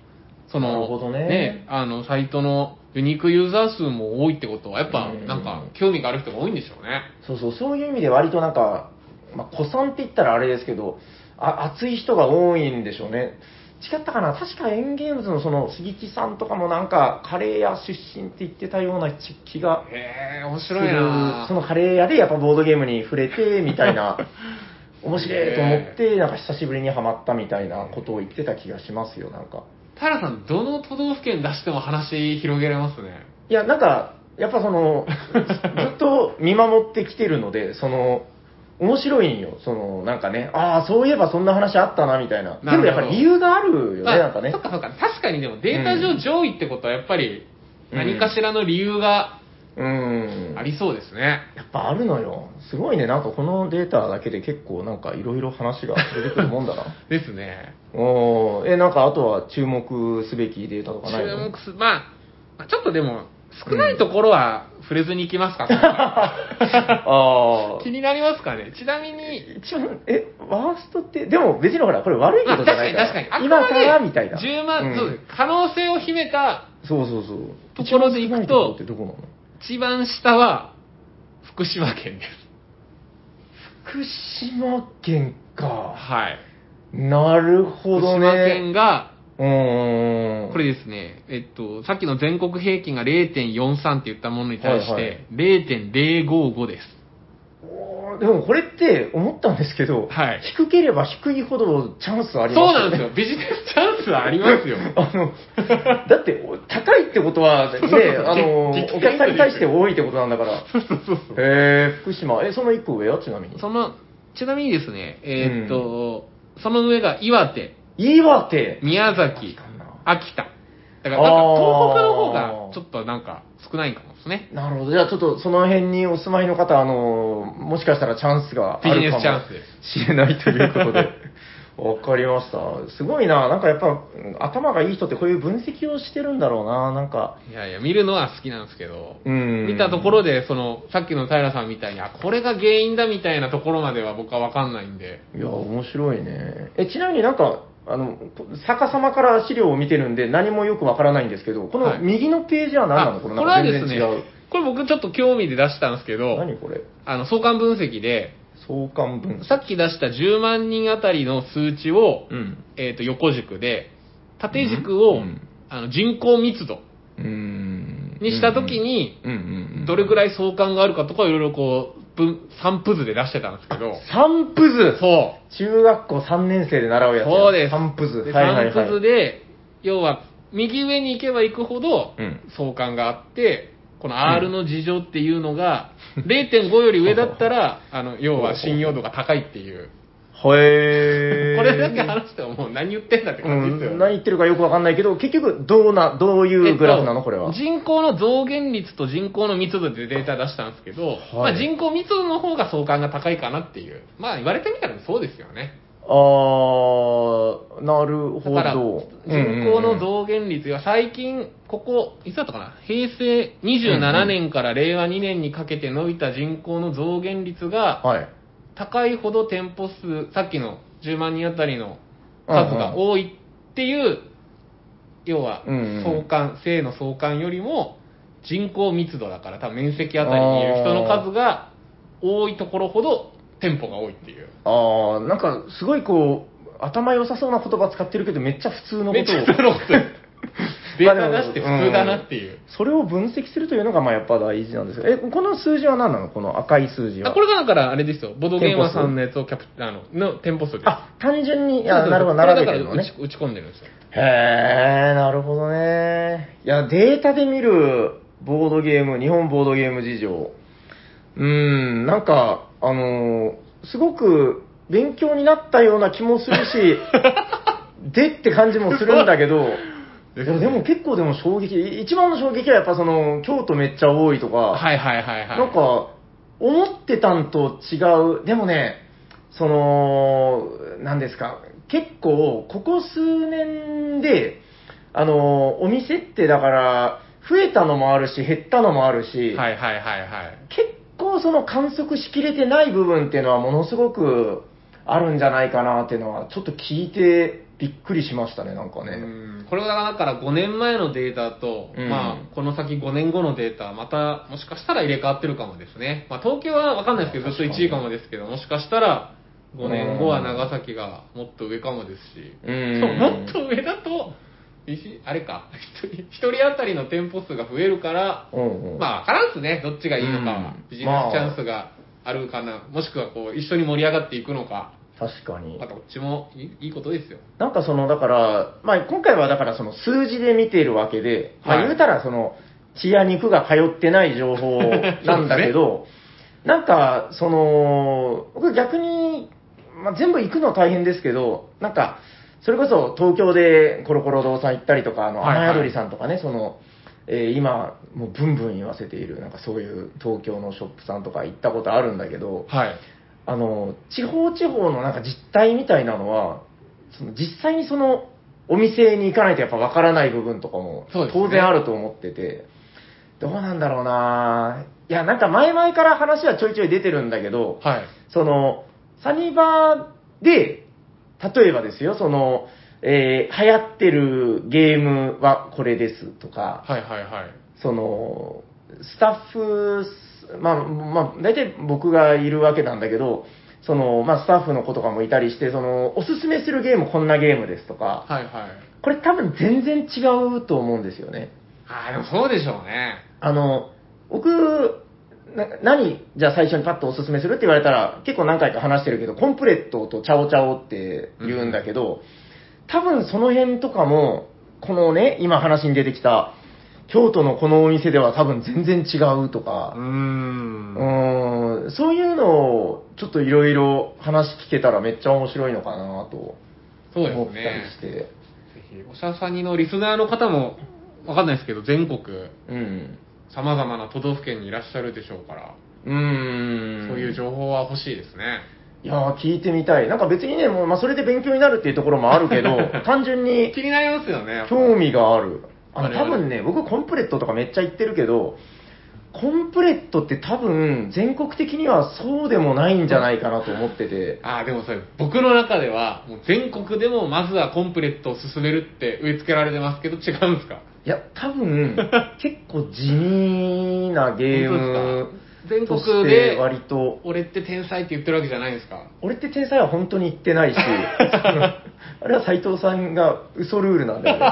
その、なるほどねあの、サイトのユニークユーザー数も多いってことは、やっぱ、うんなんか、興味がある人が多いんでしょうね。そうそう、そういう意味で割となんか、まあ、古参って言ったらあれですけど、あ熱い人が多いんでしょうね。違ったかな確かエンゲームズのその杉木さんとかもなんかカレー屋出身って言ってたような気がへえ、面する白いなそのカレー屋でやっぱボードゲームに触れてみた [LAUGHS] いな面白いと思ってなんか久しぶりにハマったみたいなことを言ってた気がしますよなんかタラさん、どの都道府県出しても話広げれますね。いやなんかやっぱそ [LAUGHS] のずっと見守ってきてるのでその面白いんよそのなんかねああそういえばそんな話あったなみたいななるほどでもやっぱり理由があるよねまあなんかねそっかそっか。確かにでもデータ上上位ってことはやっぱりうん何かしらの理由がうんありそうですね。やっぱあるのよすごいねなんかこのデータだけで結構なんかいろいろ話が出てくるもんだ [LAUGHS] なですね。おーえなんかあとは注目すべきデータとか注ないの [LAUGHS] 目す、まあまあ、ちょっとでも少ないところは触れずにいきますか、今 [LAUGHS] 回 [LAUGHS] ああ気になりますかね。ちなみに、一番えワーストってでも別にほらこれ悪いまこあ、と確じゃなかいに確から、かに。あくまで今からみたいな10万、うんそうです。可能性を秘めたそうそうそとう。ころで行くと一番少ないところってどこなの一番下は福島県です。福島県か。はい。なるほ福ど島県ね。がうーん。これですね、えっと、さっきの全国平均が0.43って言ったものに対して、はいはい0.055です。おーでもこれって思ったんですけど、はい低ければ低いほどチャンスそあうりますなんですよ。。ビジネスチャンスはありますよ。 [LAUGHS] あの、だって、お高いってことは、ね、あの、激お客さんに対して多いってことなんだから。そうそうそうそうへえ、福島。え、その一個上はちなみに。その、ちなみにですね、えーっと、その上が岩手、岩手。宮崎、秋田。だから、なんか東北の方がちょっとなんか少ないかもですね。なるほど。じゃあちょっとその辺にお住まいの方、あの、もしかしたらチャンスがあビジるネかスもチャンスです。しれないということで。わかりました。すごいな。なんかやっぱ、うん頭がいい人ってこういう分析をしてるんだろうな。なんか、いやいや、見るのは好きなんですけど、うん。見たところで。で、その、さっきの平さんみたいに、あ、これが原因だみたいなところまでは僕はわかんないんで。いや、面白いね。え、ちなみになんか、あの、こ逆さまから資料を見てるんで何もよくわからないんですけど、こはのい右のページは何なの、あこれこれなはんかです全然ね違う。、これ僕ちょっと興味で出したんですけど、何これあの、相関分析で、相関分析。さっき出した10万人あたりの数値を、うん。えっ、と、横軸で、縦軸を、うんあの人口密度うん。にしたときに、うん、うんうんうん。どれぐらいい相関があるかとか、いろいろこう、分、散布図で出してたんですけど、散布図そう。中学校3年生で習うやつや。そうです。散布図。ではいはいはい。散布図で、要は、右上に行けば行くほどうん、相関があって、この R の事情っていうのが、0.5より上だったら、あの、要は信用度が高いっていう。ほえー。これだけ話してももう何言ってんだって感じですよ、うねん、何言ってるかよくわかんないけど、結局、どうな、どういうグラフなの、これえっはと。人口の増減率と人口の密度でデータ出したんですけど、まあ、人口密度の方が相関が高いかなっていう、まあ、言われてみたらそうですよね。あー、なるほだから、ど人。口の増減率が最近、ここ、いつだったかな、平成27年から令和2年にかけて伸びた人口の増減率がはい。高いほど店舗数、さっきの10万人あたりの数が多いっていう、要はうんうん相関、性の相関よりも人口密度だから、多分面積あたりにいる人の数が多いところほど店舗が多いっていう。あー、なんか、すごいこう、頭良さそうな言葉使ってるけど、めっちゃ普通のめこっとちゃを。プロって [LAUGHS] データ出して普通だなっていう。それを分析するというのが、まあ、やっぱ大事なんですよ。え、この数字は何なのこの赤い数字は。あこれがだからあれですよ、ボドゲーマーさんのやつをキャプあのの店舗数です。あ、単純に、そういそうや、そうなるほど、並べてるこれのねだか。ら打ち打ち込んでるんですよ。へー、なるほどね。いや、データで見るボードゲーム、日本ボードゲーム事情。うーん、なんか、あのーすごく勉強になったような気もする [LAUGHS] し、でって感じもするんだけど、いやでも結構でも衝撃、一番の衝撃はやっぱその、京都めっちゃ多いとか、はいはいはいはい。なんか、思ってたんと違う、でもね、その、なんですか、結構、ここ数年で、あの、お店ってだから、増えたのもあるし、減ったのもあるし、はいはいはいはい。結構その観測しきれてない部分っていうのはものすごくあるんじゃないかなっていうのは、ちょっと聞いてびっくりしましたね、なんかね。うんこれはだから5年前のデータと、うんまあ、この先5年後のデータ、またもしかしたら入れ替わってるかもですね、まあ、東京は分かんないですけど、ずっと1位かもですけど、もしかしたら5年後は長崎がもっと上かもですし、うんそうもっと上だと、いしあれか、1人 [LAUGHS] 当たりの店舗数が増えるから、うんうんまあ分からんっすね、どっちがいいのかは、うんビジネスチャンスがあるかな、もしくはこう一緒に盛り上がっていくのか、確かにまあ、。どっちもいいいいことですよ。なんかその、だから、まあ、今回はだからその数字で見ているわけで、はまいあ、言うたらその、血や肉が通ってない情報なんだけ [LAUGHS] ど、なんか、その、僕逆に、まあ、全部行くの大変ですけど、なんか、それこそ東京でコロコロ堂さん行ったりとか、あの、はいはい雨宿りさんとかね、その、えー今、もうブンブン言わせている、なんかそういう東京のショップさんとか行ったことあるんだけど、はいあの地方地方のなんか実態みたいなのは、その実際にそのお店に行かないとやっぱわからない部分とかもそうですね当然あると思ってて、どうなんだろうないや、なんか前々から話はちょいちょい出てるんだけど、はいその、サニバで、例えばですよ、その、えー流行ってるゲームはこれですとか、はいはいはい。その、スタッフ、まあ、まあ、大体僕がいるわけなんだけど、その、まあ、スタッフの子とかもいたりして、その、おすすめするゲームこんなゲームですとか、はいはい。これ多分全然違うと思うんですよね。ああ、でもそうでしょうね。あの、僕、な何、じゃあ最初にパッとおすすめするって言われたら、結構何回か話してるけど、コンプレットとチャオチャオって言うんだけど、多分その辺とかも、このね、今話に出てきた、京都のこのお店では多分全然違うとうか、ーんうーんそういうのをちょっといろいろ話聞けたらめっちゃ面白いのかなとそうで思っすたりね。して。ぜひ、おしゃさにのリスナーの方も、わかんないですけど、全国、うん。様々な都道府県にいらっしゃるでしょうから、うーん。そういう情報は欲しいですね。いやー聞いてみたい。なんか別にね、もう、まあ、それで勉強になるっていうところもある [LAUGHS] けど、単純に気になりますよね。やっぱ興味がある。あの、我多々分ね、僕コンプレットとかめっちゃ言ってるけど、コンプレットって多分、全国的にはそうでもないんじゃないかなと思って [LAUGHS] て。ああ、でもそれ、僕の中では、もう全国でもまずはコンプレットを進めるって植え付けられてますけど、違うんですかいや、多分、結構地味なゲーム本当ですかと全し国てで割と、俺って天才って言ってるわけじゃないんですか俺って天才は本当に言っ [LAUGHS] てないし、あれは斎藤さんが嘘ルールなんだよ [LAUGHS] ね。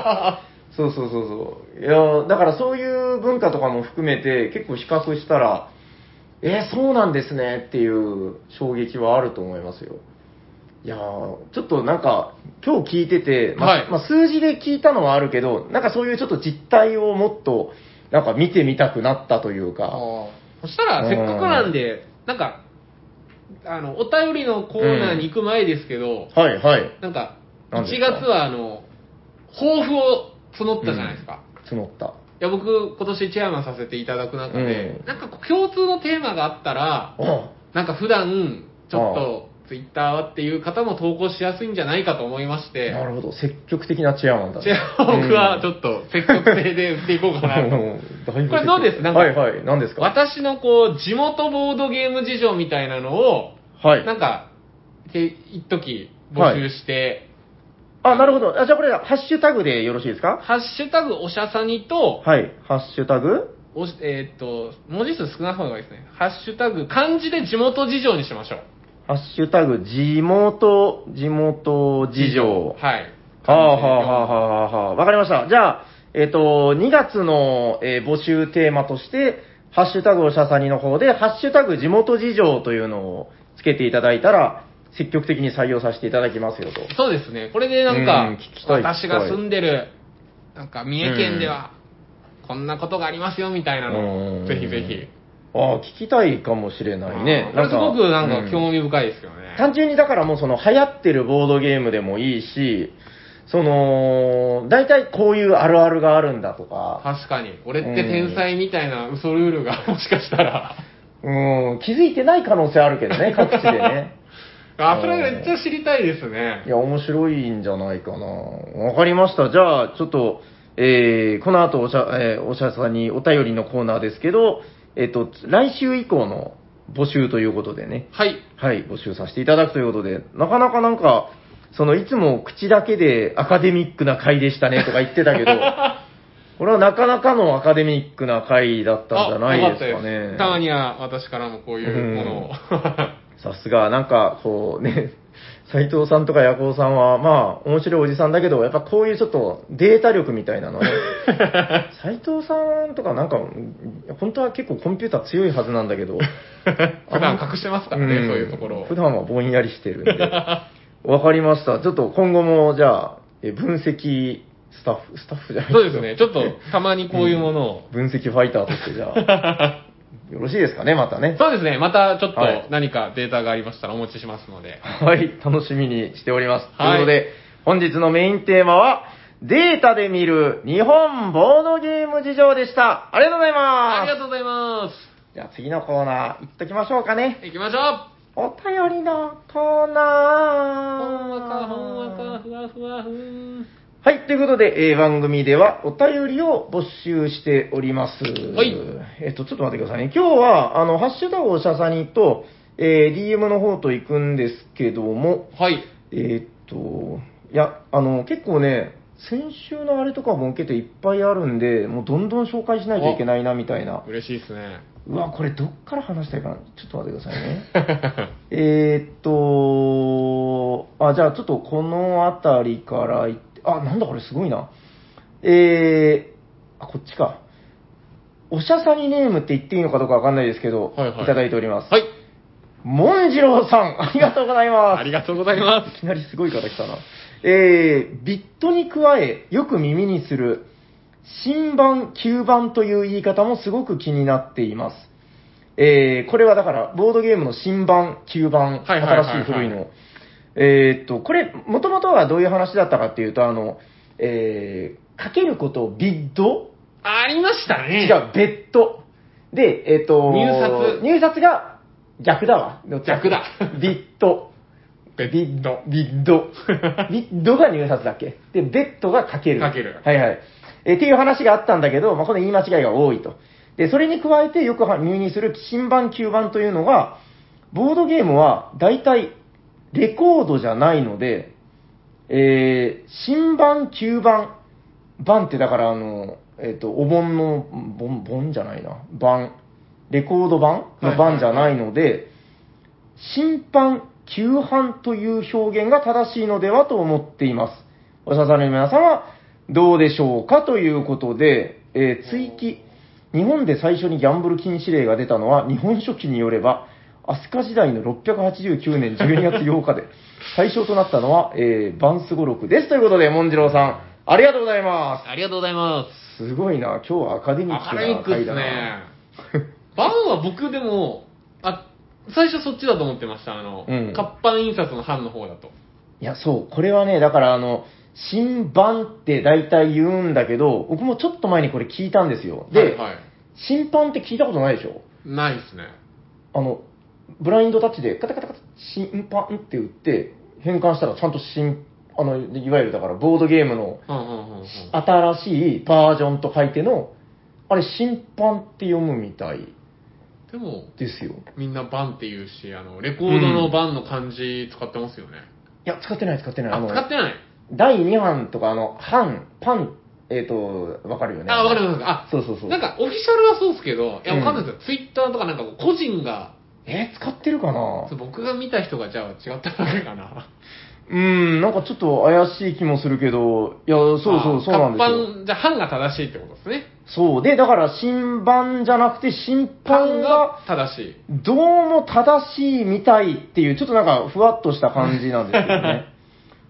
そうそうそうそう。いやーだからそういう文化とかも含めて結構比較したら、えーそうなんですねっていう衝撃はあると思いますよ。いやーちょっとなんか、今日聞いてて、まはいまあ数字で聞いたのはあるけど、なんかそういうちょっと実態をもっと、なんか見てみたくなったというか。そしたら、せっかくなんで、なんか、あの、お便りのコーナーに行く前ですけど、はいはい。なんか、1何ですか月はあの、抱負を募ったじゃないですか。募った。いや、僕、今年チェアマンさせていただく中で、うんなんかこう共通のテーマがあったら、うん。なんか普段、ちょっと、ツイッターはっていう方も投稿しやすいんじゃないかと思いまして、なるほど。積極的なチェアマンだね。チェアマン僕はちっょっと積極性で売っていこうかなと。だいぶこれどうですなんかはいはい。何ですか私のこう、地元ボードゲーム事情みたいなのを、はい。なんか、て一時募集して、あ、なるほど。あじゃあこれ、ハッシュタグでよろしいですかハッシュタグおしゃさにと、はい。ハッシュタグおしえーっと、文字数少ない方がいいですね。ハッシュタグ、漢字で地元事情にしましょう。ハッシュタグ、地元、地元事情。はい。はあはあはあはあはあ。わかりました。じゃあ、えっ、と、2月の、えー募集テーマとして、ハッシュタグおしゃさにの方で、ハッシュタグ地元事情というのをつけていただいたら、積極的に採用させていただきますよと。そうですね。これでなんうんか聞き、たい私が住んでる、なんか三重県では、こんなことがありますよみたいなうのんを、ぜひぜひ。ああ、聞きたいかもしれないね。これすごくなんうか興味深いですよね。単純にだからもうその流行ってるボードゲームでもいいし、その、大体こういうあるあるがあるんだとか、確かに。俺って天才みたいな嘘ルールがもしかしたら。うん、気づいてない可能性あるけど [LAUGHS] ね、各地でね。あ、それめっちゃ知りたいですねい。や、面白いんじゃないかな。わかりました。じゃあ、ちょっと、えー、この後おしゃ、えーおしゃさんにお便りのコーナーですけど、えっ、と、来週以降の募集ということでね、はい。はい、募集させていただくということで、なかなかなんか、その、いつも口だけでアカデミックな回でしたねとか言っ [LAUGHS] てたけど、これはなかなかのアカデミックな回だったんじゃないですよかったでねす。。たまには私からもこういうものを。 [LAUGHS] さすが、なんか、こうね、斎藤さんとかヤコウさんは、まあ、面白いおじさんだけど、やっぱこういうちょっとデータ力みたいな [LAUGHS] のね。斎藤さんとかなんか、本当は結構コンピューター強いはずなんだ [LAUGHS] けど、普段隠してますからね、んそういうところを普。段はぼんやりしてるん [LAUGHS] で。わかりました。ちょっと今後も、じゃあ、え分析スタッフ、スタッフじゃないそうですね。ちょっとたまにこういうものを。分析ファイターとして、じゃ [LAUGHS] あ、よろしいですかね、またね。そうですね。またちょっはいと何かデータがありましたらお持ちしますので。はい、楽しみにしております。はいということで、本日のメインテーマは、データで見る日本ボードゲーム事情でした。ありがとうございありまがとうございます。す。じゃあ次のコーナー、行っときましょうかね。行きましょうお便りのコーナほんわー。か、ほんわか、ふわふわふーん。はい、ということで、えー番組ではお便りを募集しております。はいえっ、と、ちょっと待ってくださいね。今日は、あの、ハッシュタグおしゃさにと、えー DM の方と行くんですけども、はい。えーっと、いや、あの、結構ね、先週のあれとかも受けていっぱいあるんで、もうどんどん紹介しないといけないな、みたいな。嬉しいです [LAUGHS] ね。うわ、これどっから話したいかな。ちょっと待ってくださいね。えーっと、あ、じゃあちょっとこの辺りからいって、あ、なんだこれすごいな。えー、あ、こっちか。おしゃさにネームって言っていいのかどうかわかんないですけど、はいはいただいております。はい。もんじろうさん、ありがとうございますあ。りがとうございまいきなりすごい方来たな。えー、ビットに加え、よく耳にする、新版、旧版という言い方もすごく気になっています。えー、これはだから、ボードゲームの新版、旧版、はいはいはいはい新しい古いの。えーっと、これ、もともとはどういう話だったかっていうと、あの、えー、かけることをビッドす。ありましたね。違。う、ベッド。で、えっ、と、入札入札が逆だわ。逆だビッド。ベビッド。ビッド。ビッドが入札だっけで、ベッドがかける。かけるはいはい。えーっていう話があったんだけど、まあ、この言い間違いが多いと。で、それに加えてよくは入にする新版、旧版というのが、ボードゲームは大体レコードじゃないので、えー新版、旧版、版ってだからあの、えっ、と、お盆の、盆、盆じゃないな、版、レコード版の版じゃないので、新版、旧版という表現が正しいのではと思っています。おしゃさんの皆さんはどうでしょうかということで、えー追記。日本で最初にギャンブル禁止令が出たのは、日本書紀によれば、飛鳥時代の689年12月8日で、対象となったのは、えー、バンス語録です。ということで、モンジローさん、ありがとうございま。ありがとうございますすごいな、今日はアカデす。ミッアク [LAUGHS] カデミなックで回すだな。ね。バンは僕でも、あ、最初そっちだと思ってました。あの、うん活版印刷の版の方だと。いや、そう、これはね、だからあの、新版って大体言うんだけど、僕もちょっと前にこれ聞いたんですよ。で、はい、はい。新版って聞いたことないでしょないですね。あの、ブラインドタッチでカタカタカタ、新版って打って、変換したらちゃんと新、あの、いわゆるだからボードゲームのうんうんうんうん。新しいバージョンと書いての、あれ、新版って読むみたいでも、ですよ。みんな版って言うし、あの、レコードの版の漢字使ってますよね。いや、使ってない、使ってない。あ、の、使ってない。第2版とか、あの、版、パン、えっ、と、わかるよね。あ、わかります。あ、そうそうそう。なんか、オフィシャルはそうですけど、いや、うんわかんないですよ。ツイッターとかなんかこう、個人が、えー使ってるかなそう僕が見た人がじゃあ違ったわけかな。うん、なんかちょっと怪しい気もするけど、いや、そうそう、そうなんですよ。すじゃあ、版が正しいってことですね。そう。で、だから、新版じゃなくて、新版版が、が正しい。どうも正しいみたいっていう、ちょっとなんか、ふわっとした感じなんですけどね。 [LAUGHS]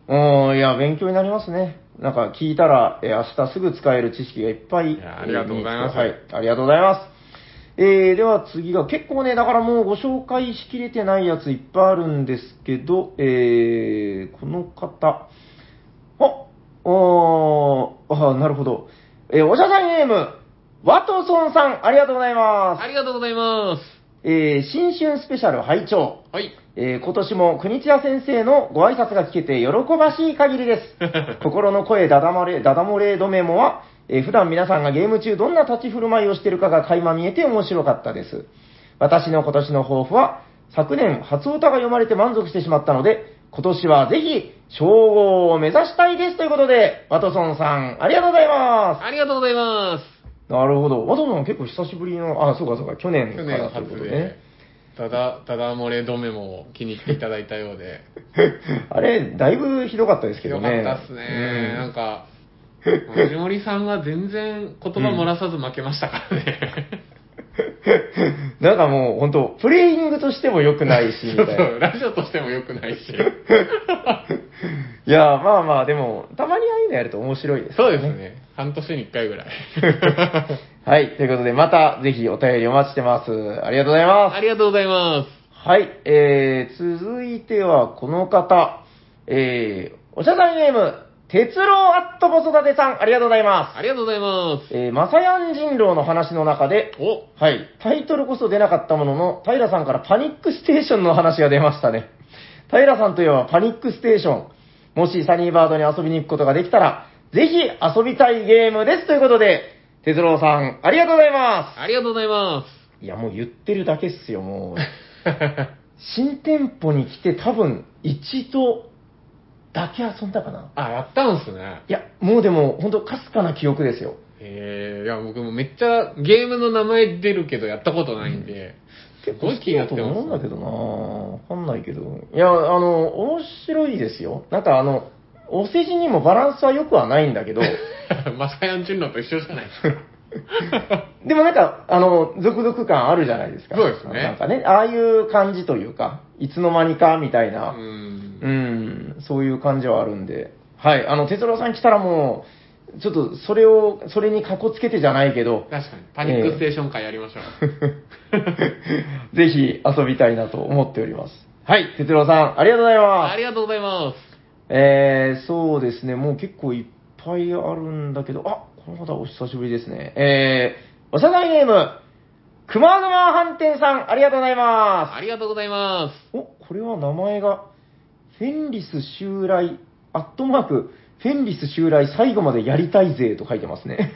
うん、いや、勉強になりますね。なんか、聞いたら、えー明日すぐ使える知識がいっぱい。いやありがとうございますはい、ありがとうございます。えー、では次が、結構ね、だからもうご紹介しきれてないやついっぱいあるんですけど、えー、この方。あ、おー、あなるほど。えー、おしゃさんネーム、ワトソンさん、ありがとうございますあ。りがとうございます。えー新春スペシャル拝聴、はい。えー今年も国千谷先生のご挨拶が聞けて喜ばしい限りです [LAUGHS] 心の声ダダまれダダ漏れどメモは、えー普段皆さんがゲーム中どんな立ち振る舞いをしているかが垣間見えて面白かったです私の今年の抱負は昨年初歌が読まれて満足してしまったので今年はぜひ称号を目指したいですということでワトソンさんありがとうございますありがとうございます。なるほどワトソン結構久しぶりのあそうかそうか去年か去年らというこ初とででね、ただ、ただ漏れ止めも気に入っていただいたようで、 [LAUGHS] あれ、だいぶひどかったですけどよね。かったっすね。なんか、藤森さんが全然言葉漏らさず負けましたからね。うんなんかもう、本当プレイングとしても良くないし、み [LAUGHS] そうたいな。そう、ラジオとしても良くないし。いや、まあまあ、でも、たまにああいうのやると面白いです、そうです。ね。半年に1回ぐらい。 [LAUGHS] はい、ということで、また、ぜひお便りお待ちしてます。ありがとうございま [LAUGHS] す。ありがとうございま。はい、えー、続いてはこの方、えー、おしゃさんネーム、鉄郎アット子育てさん、ありがとうございます。ありがとうございますえー、まさやん人狼の話の中で、す。おはい。タイトルこそ出なかったものの、平さんからパニックステーションの話が出ましたね。平さんといえばパニックステーション。もしサニーバードに遊びに行くことができたら、ぜひ遊びたいゲームですということで、哲郎さん、ありがとうございま。ありがとうございますいや、もう言ってるだけっすよ、もう。 [LAUGHS] す。新店舗に来て多分、一度だけ遊んだかな。あ、やったんすね。いや、もうでも、ほんと、かすかな記憶ですよ。えー、いや、僕もめっちゃゲームの名前出るけどやったことないんで。結構好きだと思うんだけどなわかんないけど。いや、あの、面白いですよ。なんかあの、お世辞にもバランスは良くはないんだ [LAUGHS] けど、マサヤンチュンロンと一緒じゃないですか。でもなんか、あの、続々感あるじゃないですか。そうですねなんかね、ああいう感じというか、いつの間にかみ [LAUGHS] たいうな、んう。ん、そういう感じはあるんで。はい、あの、哲郎さん来たらもう、ちょっとそれを、それにかこつけてじゃないけ [LAUGHS] ど、確かに。パニックステーション会やりましょう。ぜひ遊びたいなと思っております。はい、哲郎さん、ありがとうございますあ。りがとうございます。えー、そうですね、もう結構いっぱいあるんだけど、あこの方お久しぶりですね。えー、おさないネーム、熊沼飯店さん、ありがとうございま。ありがとうございますお、これは名前が、フェンリス襲来、アットマーク、フェンリス襲来最後までやりたいぜと書いてますね。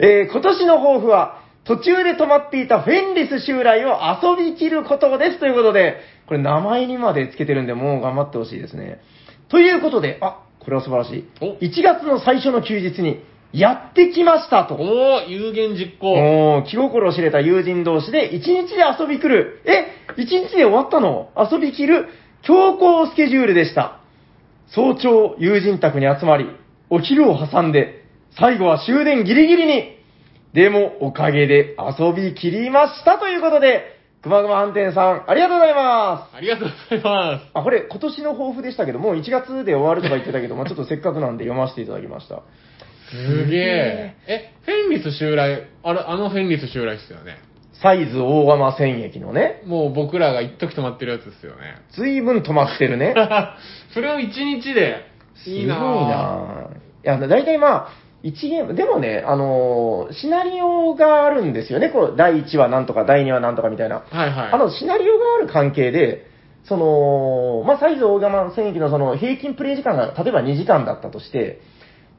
えー、今年の抱負は、途中で止まっていたフェンリス襲来を遊びきることですということで、これ名前にまでつけてるんで、もう頑張ってほしいですね。ということで、あ、これは素晴らしい。お1月の最初の休日に、やってきましたと。おー、有言実行。おー気心を知れた友人同士で一日で遊び来る。え一日で終わったの遊びきる強行スケジュールでした。早朝、友人宅に集まり、お昼を挟んで、最後は終電ギリギリに。でも、おかげで遊びきりましたということで、くまぐま飯店さん、ありがとうございます。ありがとうございます。あ、これ今年の抱負でしたけど、もう1月で終わるとか言ってたけど、まあちょっとせっかくなんで読ませていただきました。すげえ。え、フェンリス襲来、あれ、あのフェンリス襲来っすよね。サイズ大釜戦役のね、もう僕らが一時止まってるやつですよ [LAUGHS] ね。随分止まってるね。それを一日で、すごいいいなぁないや、だいたいまあ、一ゲーム、でもね、あのーシナリオがあるんですよね。こう、第1話なんとか、第2話なんとかみたいな。はいはい。あの、シナリオがある関係で、その、まあ、サイズ大釜戦役のその、平均プレイ時間が、例えば2時間だったとして、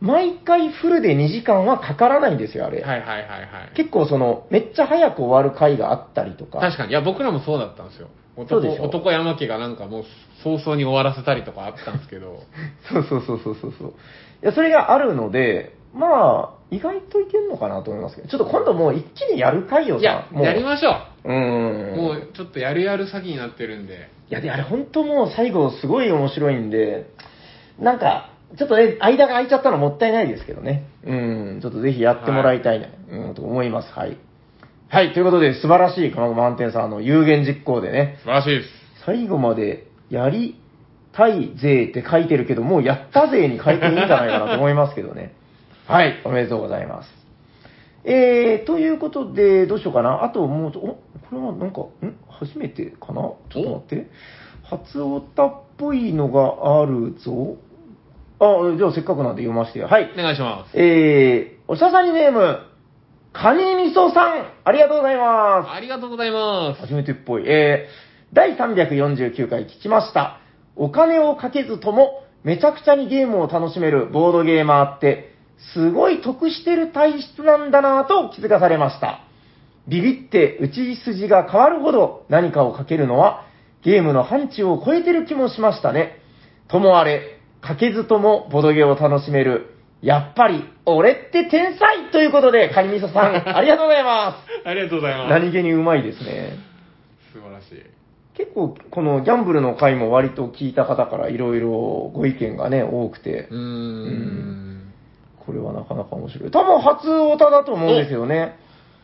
毎回フルで2時間はかからないんですよ、あれ。はいはいはいはい。結構その、めっちゃ早く終わる回があったりとか。確かに。いや、僕らもそうだったんですよ。そう男でしょ男山家がなんかもう早々に終わらせたりとかあったんですけど。そうそうそうそうそうそう。いや、それがあるので、まあ、意外といけるのかなと思いますけど、ちょっと今度もう一気にやる回をいやさ、、もう。やりましょうーう。ん。もうちょっとやるやる詐欺になってるんで。いや、で、あれ本当もう最後すごい面白いんで、なんか、ちょっとね、間が空いちゃったのもったいないですけどね。うん、ちょっとぜひやってもらいたいな、うん、と思います。はい。はい、ということで、素晴らしい熊本満点さんの有言実行でね、素晴らしいです。最後までやりたいぜって書いてるけど、もうやったぜに変えていいんじゃないかなと思いますけどね。 [LAUGHS] はい、おめでとうございます。えー、ということで、どうしようかな。あともうちょ、おこれはなんか、ん初めてかなちょっと待って。初オタっぽいのがあるぞ。あ、じゃあせっかくなんで読ませてよ。はい。お願いしまえー、おしゃさにネーム、カニ味噌さん、ありがとうございますす。。ありがとうございます。初めてっぽい。えー、第349回聞きました。お金をかけずとも、めちゃくちゃにゲームを楽しめるボードゲーマーって、すごい得してる体質なんだなぁと気づかされました。ビビって打ち筋が変わるほど何かをかけるのは、ゲームの範疇を超えてる気もしましたね。ともあれ、かけずともボドゲを楽しめる、やっぱり俺って天才ということで、カニミソさん、ありがとうございまあり [LAUGHS] がとうございす。ます。何気にうまいですね。素晴らしい。結構、このギャンブルの回も割と聞いた方からいろいろご意見がね、多くてうー、ん。これはなかなか面白い。多分初オタだと思うんですよね。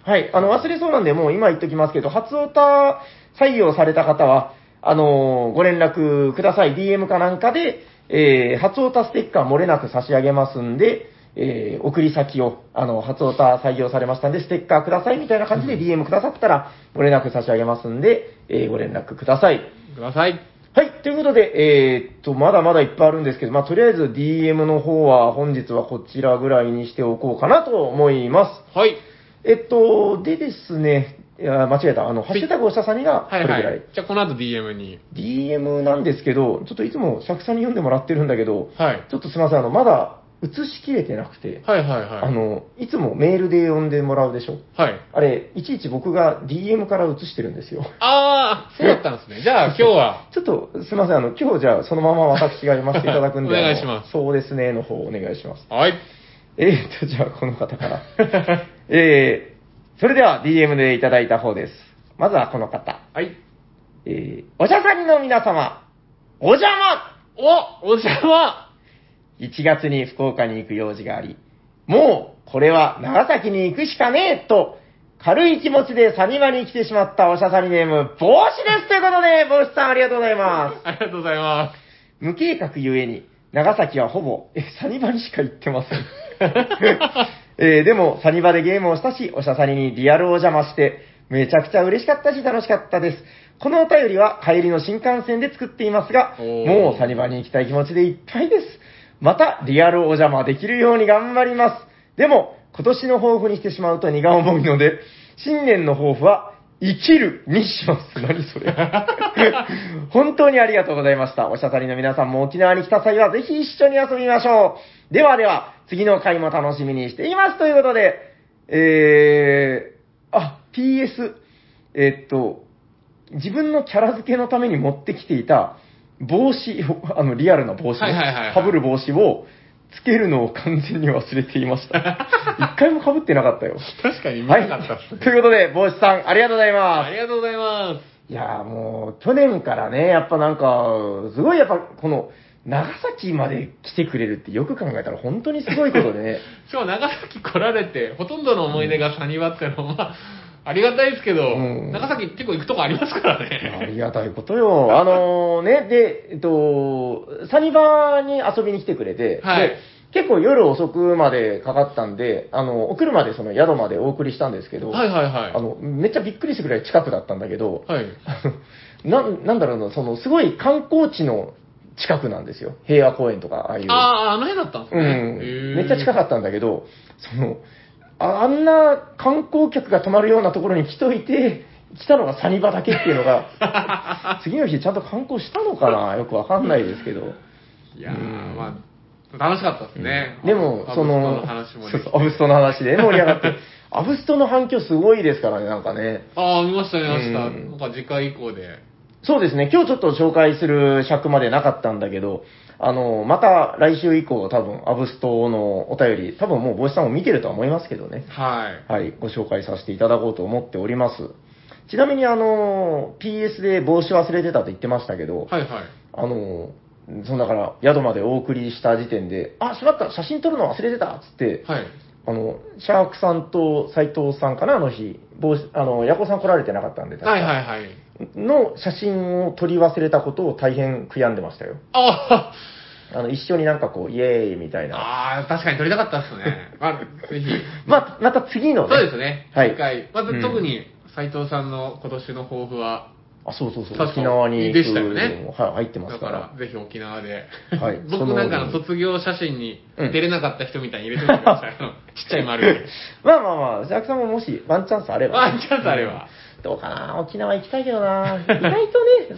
はい。あの、忘れそうなんで、もう今言っときますけど、初オタ採用された方は、あのーご連絡ください。DM かなんかで、えー、初オタステッカー漏れなく差し上げますんで、えー、送り先を、あの、初オタ採用されましたんで、ステッカーくださいみたいな感じで DM くださったら、漏れなく差し上げますんで、えー、ご連絡ください。ください。はい、ということで、えーっと、まだまだいっぱいあるんですけど、まあ、とりあえず DM の方は本日はこちらぐらいにしておこうかなと思いまはい。す。えっと、でですね、いや、間違えた、あの、ハッシュタグおしゃさにが、こはれいぐら。はいい。じゃあ、この後 DM に。 DM なんですけど、ちょっといつも釈さんに読んでもらってるんだけど、はい。ちょっとすいません、あの、まだ映しきれてなくて、はいはいあはい。の、いつもメールで読んでもらうでしょ。はい。あれ、いちいち僕が DM から映してるんですよ。あー、そうだったんですね。じゃあ、今日は。ちょっと、すみません、あの、今日じゃあ、そのまま私が読ませていただくんで、 [LAUGHS] お願いあのしますそうですね、の方お願いします。 [LAUGHS] はい。えー、っと、じゃあ、この方 [LAUGHS] から。えー、それでは DM でいただいた方です。まずはこの方。はい。えー、おじゃさんの皆様、お邪魔おお邪魔 !1 月に福岡に行く用事があり、もう、これは長崎に行くしかねえと、軽い気持ちでサニマに来てしまったおしゃさりネーム、帽子ですということで、帽子さんありがとうございます。ありがとうございま無計画ゆえに、長崎はほぼ、え、サニバにしか行ってません。えーでも、サニバでゲームをしたし、おしゃさりにリアルを邪魔して、めちゃくちゃ嬉しかったし、楽しかったです。このお便りは帰りの新幹線で作っていますが、おーもうサニバに行きたい気持ちでいっぱいです。また、リアルを邪魔できるように頑張ります。でも、今年の抱負にしてしまうと荷が重いので、新年の抱負は、生きるにします。何そ [LAUGHS] れ。本当にありがとうございました。おしゃさりの皆さんも沖縄に来た際はぜひ一緒に遊びましょう。ではでは、次の回も楽しみにしています。ということで、えー、あ、PS、えっと、自分のキャラ付けのために持ってきていた帽子を、あ [LAUGHS] の、リアルな帽子はいはいはいはね、いかぶる帽子を、つけるのを完全に忘れていました。 [LAUGHS] 一回もかぶってなかったよ。す。確かに見はないかったです。ね。ということで、帽子さん、ありがとうございますあ。りがとうございまいやーもう、去年からね、やっぱなんか、すごいやっぱ、この、長崎まで来てくれるってよく考えたら本当にすごいことでね。す。しかも長崎来られて、ほとんどの思い出がサニバってのは、まあ、ありがたいですけど、うん長崎結構行くとこありますからいやあね。りがたいことよ。あのーね、で、えっと、サニバーに遊びに来てくれて、はいで結構夜遅くまでかかったんで、あの、お車でその宿までお送りしたんですけど、はいはいはい。あの、めっちゃびっくりするぐらい近くだったんだけど、はい。あのなんなんだろうな、その、すごい観光地の近くなんですよ。平和公園とか、ああいう。ああー、あの辺だったんですうね。んへー。めっちゃ近かったんだけど、その、ああんな観光客が泊まるようなところに来といて、来たのがサニバだけっていうのが、 [LAUGHS] 次の日ちゃんと観光したのかなよくわかんないですけど。いやー、うんまあ、楽しかったですね。でも、そアブスの、トの話もそでうきそてうアブストの話で盛り上が [LAUGHS] って、アブストの反響すごいですからね、なんかね。ああ、見ましたね、見ました。うんなんか次回以降で。そうですね、今日ちょっと紹介する尺までなかったんだけど、あの、また来週以降、多分、アブストのお便り、多分もう帽子さんも見てるとは思いますけどね。はい。はい、ご紹介させていただこうと思っております。ちなみに、あの、PS で帽子忘れてたと言ってましたけど、はいはい。あの、そのだから、宿までお送りした時点で、あ、しまった、写真撮るの忘れてたっつって、はい。あの、シャークさんと斎藤さんかな、あの日、帽子、あの、ヤコさん来られてなかったんで、確かはいはいはい。の写真を撮り忘れたことを大変悔やんでましたよ。ああの、一緒になんかこう、イエーイみたいーな。あー、確かに撮りたかったですね。まあ、ぜひ。まあ、また次のね。そうですね。はい次回。まず、うん特に、斉藤さんの今年の抱負は、あ、そうそうそ確う。か沖縄に行くでしたよねのもはい、入ってまだすか。からら、ぜひ沖縄で。はい [LAUGHS] そ僕のなんかの卒業写真に出れなかった人みたいに入れておいてください。あの [LAUGHS] ちっちゃい丸。まあまあまあ、ジャックさんももしワンチャンスあれば。ワンチャンス [LAUGHS] あれば。どうかな、沖縄行きたいけどな。意外とね、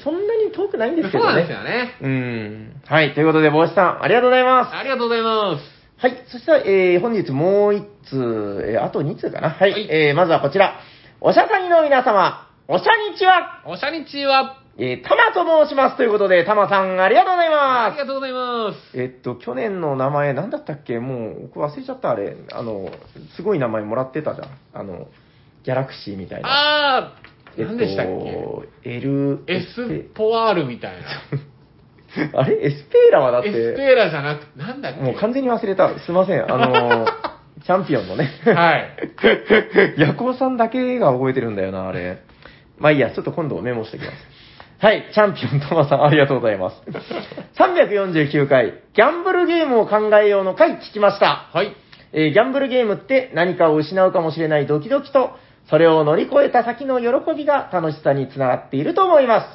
そんなに遠くないんですけそうどなんですね。よね。うん。はい、ということで、帽子さん、ありがとうございます。ありがとうございます。はい。そしたら、えー、本日もう一通、えー、あと二通かな。はい。はいえー、まずはこちら。おしゃさにの皆様、おしゃにちは、おしゃにちは。えー、たまと申しますということで、たまさん、ありがとうございありまがとうございます。す。えっと、去年の名前、なんだったっけもう、僕忘れちゃった、あれ。あの、すごい名前もらってたじゃん。あの、ギャラクシーみたいな。あえー、っと何でしたっけエル、エエスポワールみたいな。スペあれエスペーラはだっエスて、ペーラじゃなくて、なんだっけもう完全に忘れた。すいません。[LAUGHS] あの、チャンピオンのね。はい。 [LAUGHS] ヤコウさんだけが覚えてるんだよな、あれ。まあいいや、ちょっと今度メモしておきます。はい、チャンピオントマさん、ありがとうござ [LAUGHS] います。349回、ギャンブルゲームを考えようの回聞きました。はい。えーギャンブルゲームって何かを失うかもしれないドキドキと、それを乗り越えた先の喜びが楽しさにつながっていると思います。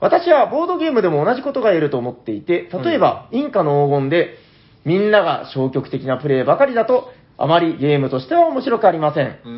私はボードゲームでも同じことが言えると思っていて、例えば、インカの黄金で、みんなが消極的なプレイばかりだと、あまりゲームとしては面白くありません。うー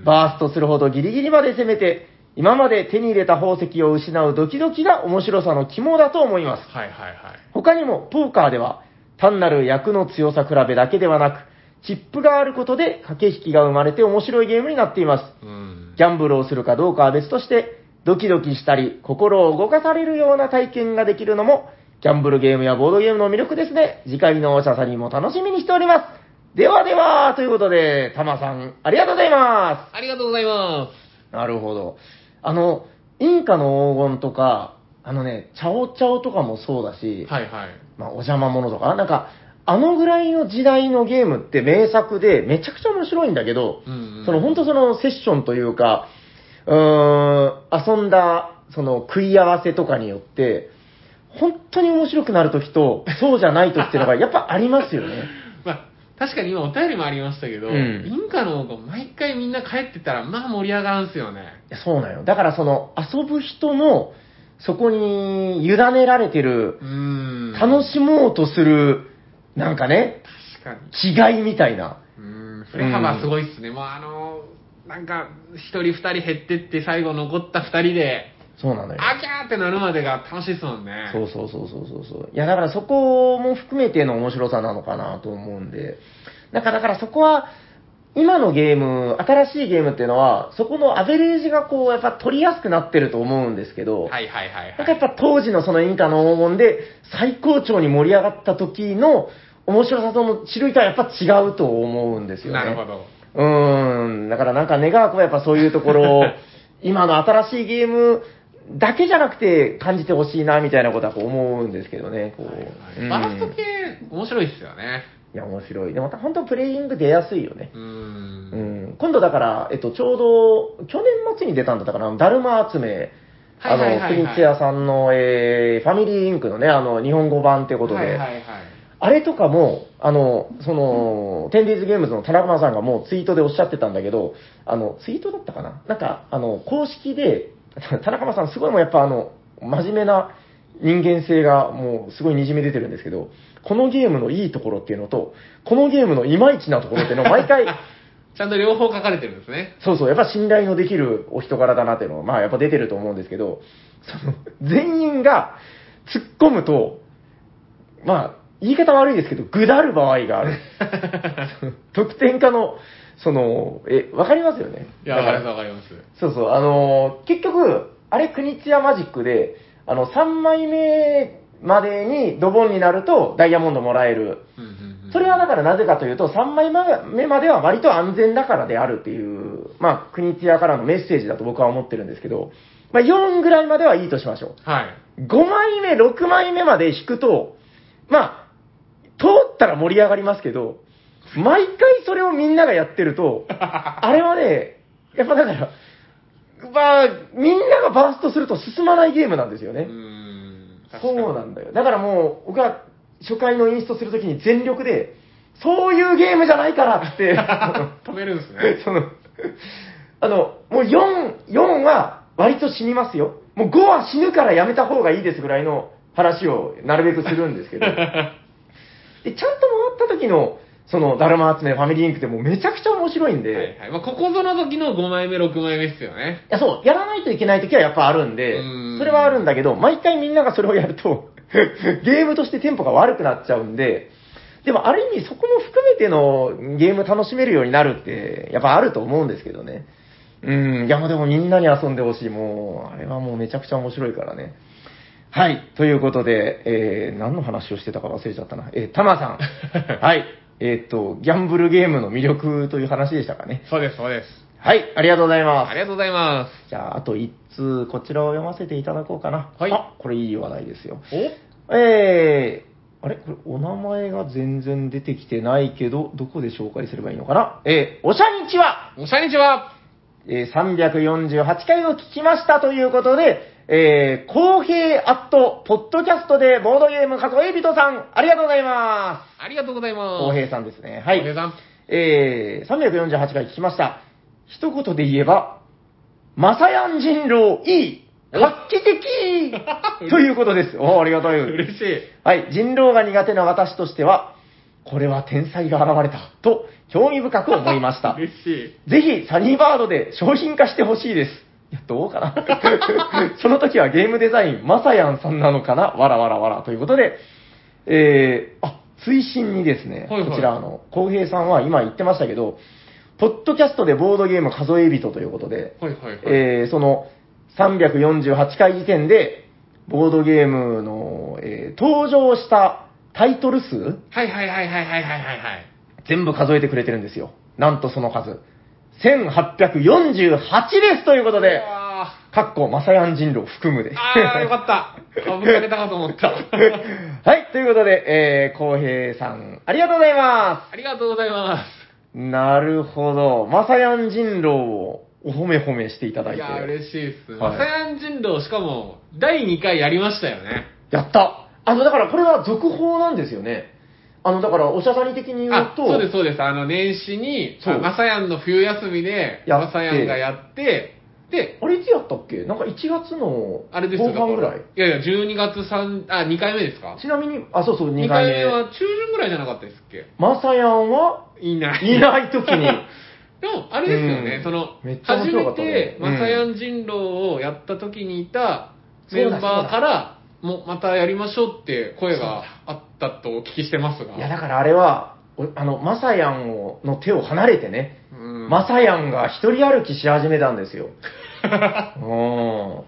ん。バーストするほどギリギリまで攻めて、今まで手に入れた宝石を失うドキドキが面白さの肝だと思います。はいはいはい。他にもポーカーでは単なる役の強さ比べだけではなく、チップがあることで駆け引きが生まれて面白いゲームになっています。うーん。ギャンブルをするかどうかは別として、ドキドキしたり、心を動かされるような体験ができるのも、ギャンブルゲームやボードゲームの魅力ですね。次回のおしゃさにも楽しみにしております。ではでは、ということで、たまさん、ありがとうございます。ありがとうございまなるほど。あの、インカの黄金とか、あのね、チャオチャオとかもそうだし、す。はいはい。まあ、お邪魔者とか、なんか、あのぐらいの時代のゲームって名作で、めちゃくちゃ面白いんだけど、うんうんその本当そのセッションというか、うーん、遊んだ、その食い合わせとかによって、本当に面白くなるときと、そうじゃないときっ [LAUGHS] ていうのが、やっぱありますよね。まあ、確かに今お便りもありましたけど、うんインカの方が毎回みんな帰ってたら、まあ盛り上がるんすよね。いやそうなんよ。だからその、遊ぶ人の、そこに委ねられてうるー、ん。楽い。しもうとする、なんかね、確かに。気いみたいな。うーん。振れ幅すごいっすね。もうあのー、なんか、一人二人減ってって最後残った二人で、そうなのよ。あきゃーってなるまでが楽しいっすもんね。そうそうそうそうそうそう。いや、だからそこも含めての面白さなのかなと思うんで。なんかだからそこは、今のゲーム、新しいゲームっていうのは、そこのアベレージがこう、やっぱ取りやすくなってると思うんですけど、はいはいはいなんかはやっい。ぱ当時のそのインカの黄金で最高潮に盛り上がった時の面白さとの種類とはやっぱ違うと思うんですよね。なるほど。うーん、だからなんか願わくばやっぱそういうとこ [LAUGHS] ろを、今の新しいゲームだけじゃなくて感じてほしいなみたいなことはこう思うんですけどね、こう。うんバラスト系、面白いっすよね。いや、面白い。でもまた本当プレイング出やすいよね。うー。うんん、今度だから、えっと、ちょうど、去年末に出たんだったかな、だるま集め、はあいはいはいの、はい国津屋さんの、えー、ファミリーインクのね、あの、日本語版ってことで、はいはいはい。あれとかも、あの、その、テンディーズゲームズの田中さんがもうツイートでおっしゃってたんだけど、あの、ツイートだったかななんか、あの、公式で、 [LAUGHS] 田中さんすごいもうやっぱあの、真面目な人間性がもうすごい滲み出てるんですけど、このゲームのいいところっていうのと、このゲームのいまいちなところっていうのを毎回、ちゃんと両方書かれてるんですね。そうそう、やっぱ信頼のできるお人柄だなっていうのは、まあやっぱ出てると思うんですけど、その、全員が突っ込むと、まあ、言い方悪いですけど、ぐだる場合 [LAUGHS] がある。得点家の、その、え、わかりますよねいや、わかりますわかります。そうそう、あのー結局、あれ、国津屋マジックで、あの、3枚目までにドボンになるとダイヤモンドもらえる。うんうんうんそれはだからなぜかというと、3枚目までは割と安全だからであるっていう、まあ、国津屋からのメッセージだと僕は思ってるんですけど、まあ、4ぐらいまではいいとしましょはい。う。5枚目、6枚目まで引くと、まあ、通ったら盛り上がりますけど、毎回それをみんながやってる [LAUGHS] と、あれはね、やっぱだから、まあ、みんながバーストすると進まないゲームなんですよね。うーん。確かそにうなんだよ。だからもう、僕は初回のインストするときに全力で、そういうゲームじゃないから [LAUGHS] って、止めるんですね。その、あの、もう4、4は割と死にますよ。もう5は死ぬからやめた方がいいですぐらいの話をなるべくするんです [LAUGHS] けど、で、ちゃんと回った時の、その、だるま集め、ファミリーインクってもうめちゃくちゃ面白いんで、はいはい。まあ、ここぞの時の5枚目、6枚目ですよね。いや、そう、やらないといけない時はやっぱあるんでうーん、それはあるんだけど、毎回みんながそれをやると、 [LAUGHS] ゲームとしてテンポが悪くなっちゃうんで、でもある意味そこも含めてのゲーム楽しめるようになるって、やっぱあると思うんですけどね。うん、いや、もうでもみんなに遊んでほしい。もう、あれはもうめちゃくちゃ面白いからね。はい。ということで、えー、何の話をしてたか忘れちゃったな。えー、タマさ [LAUGHS] ん。はい。えーっと、ギャンブルゲームの魅力という話でしたかね。そうです、そうです。はい。ありがとうございますあ。りがとうございまじゃあ、あと1通、こちらを読ませていただこうかな。はいあ、これいい話題ですよ。す。おえー、あれこれお名前が全然出てきてないけど、どこで紹介すればいいのかなえー、おしゃにちはおしゃにちはえー、348回を聞きましたということで、えー、公平アット、ポッドキャストでボードゲーム囲い人さん、ありがとうございます。ありがとうございます。公平さんですね。はい。浩平さん。えー、348回聞きました。一言で言えば、マサヤン人狼いい画期 [LAUGHS] 的ということです。おーありがたい。嬉しい。はい、人狼が苦手な私としては、これは天才が現れたと興味深く思いました。嬉しい。ぜひサニーバードで商品化してほしいです。いや、どうかな [LAUGHS] その時はゲームデザイン、まさやんさんなのかなわらわらわら。ということで、えー、あ、追伸にですね、はいはいこちら、あの、浩平さんは今言ってましたけど、ポッドキャストでボードゲーム数え人ということで、はいはいはい。えーその348回時点で、ボードゲームの、えー登場したタイトル数はいはいはいはいはいはいはいはい。全部数えてくれてるんですよ。なんとその数。1848ですということで、あかっこ、マサヤン人狼含むで。ーあー、よかった。 [LAUGHS] かぶされたかと思った。はい、ということで、えー、浩平さん、ありがとうございま。ありがとうございますなるほど。マサヤン人狼をお褒め褒めしていただす。いいて。やー、嬉しいっす。はいマサヤン人狼、しかも、第2回やりましたよね。やったあの、だからこれは続報なんですよね。あの、だから、おしゃさに的に言うあ、と、そうです、そうです。あの、年始に、そうマサヤンの冬休みで、やってマサヤンがやって、で、あれいつやったっけなんか1月の後あれですよ、半ぐらだいか。いやいや、12月3、あ、2回目ですかちなみに、あ、そうそう、2 ?2 回回目。目は中旬ぐらいじゃなかったですっけマサヤンはいない。 [LAUGHS] いないときに、でも、あれですよね、うんそのめっ、ちゃ面初白かめったてね、マサヤン人狼をやった時にいたメそンうだバーから、もうまたやりましょうって声があったとお聞きしてますが。いやだからあれは、おあの、マサヤンをの手を離れてね、うんマサヤンが一人歩きし始めたんです [LAUGHS] よ。うん。いや、もう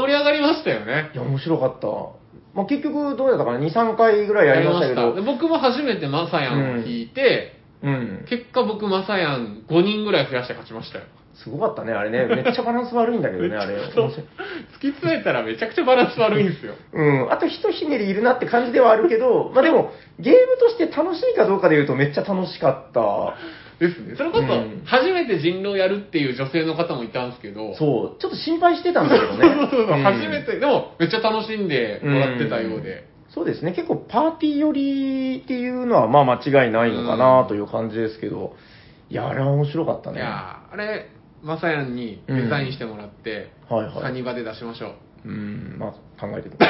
盛り上がりましたよね。いや、面白かった。まあ、結局、どうやったかな ?2、3回ぐらいやりましたでけど、僕も初めてマサヤンを引いて、うん。結果僕マサヤン5人ぐらい増やして勝ちましたよ。 [LAUGHS] すごかったね、あれね。 [LAUGHS] めっちゃバランス悪いんだけどね、あれ。面白い突き詰めたらめちゃくちゃバランス悪いんですよ。うん。あと、ひとひねりいるなって感じではあるけ [LAUGHS] ど、まあ、でも、ゲームとして楽しいかどうかで言うと、めっちゃ楽しかった。ですね。それこそうん、初めて人狼やるっていう女性の方もいたんですけど、そう。 [LAUGHS] ちょっと心配してたんだけどね。そうそうそう、うん初めて、でもめっちゃ楽しんでもらってたようで。そうですね、結構パーティー寄りっていうのは、まあ間違いないのかなという感じですけど、いや、あれは面白かったいね。はやーあれ、まさやんにデザインしてもらって、いサはい。ニバで出しましょう。うん、まあ考えてみ [LAUGHS]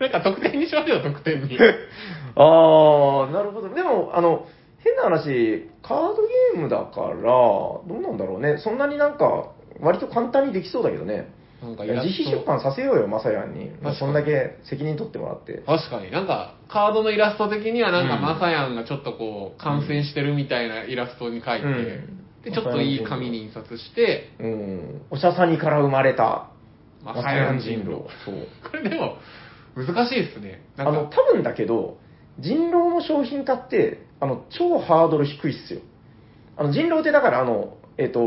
なんか特典にしましょう、特典 [LAUGHS] に。ああ、なるほど。でも、あの、変な話、カードゲームだから、どうなんだろうね。そんなになんか、割と簡単にできそうだけどね。なんかいイやラスト自費出版させようよ、まさやんに。かにそんだけ責任取ってもらって。確かになんかカードのイラスト的にはなんかうんまさやんがちょっとこう感染してるみたいなイラストに書いて、うんでちょっといい紙に印刷してうん。おしゃさにから生まれた、まさやん人狼まさやん人狼。そう。これでも難しいですねなあの、んか多分だけど、人狼の商品化って、あの、超ハードル低いっすよ。あの、人狼ってだから、あの、えっ、と、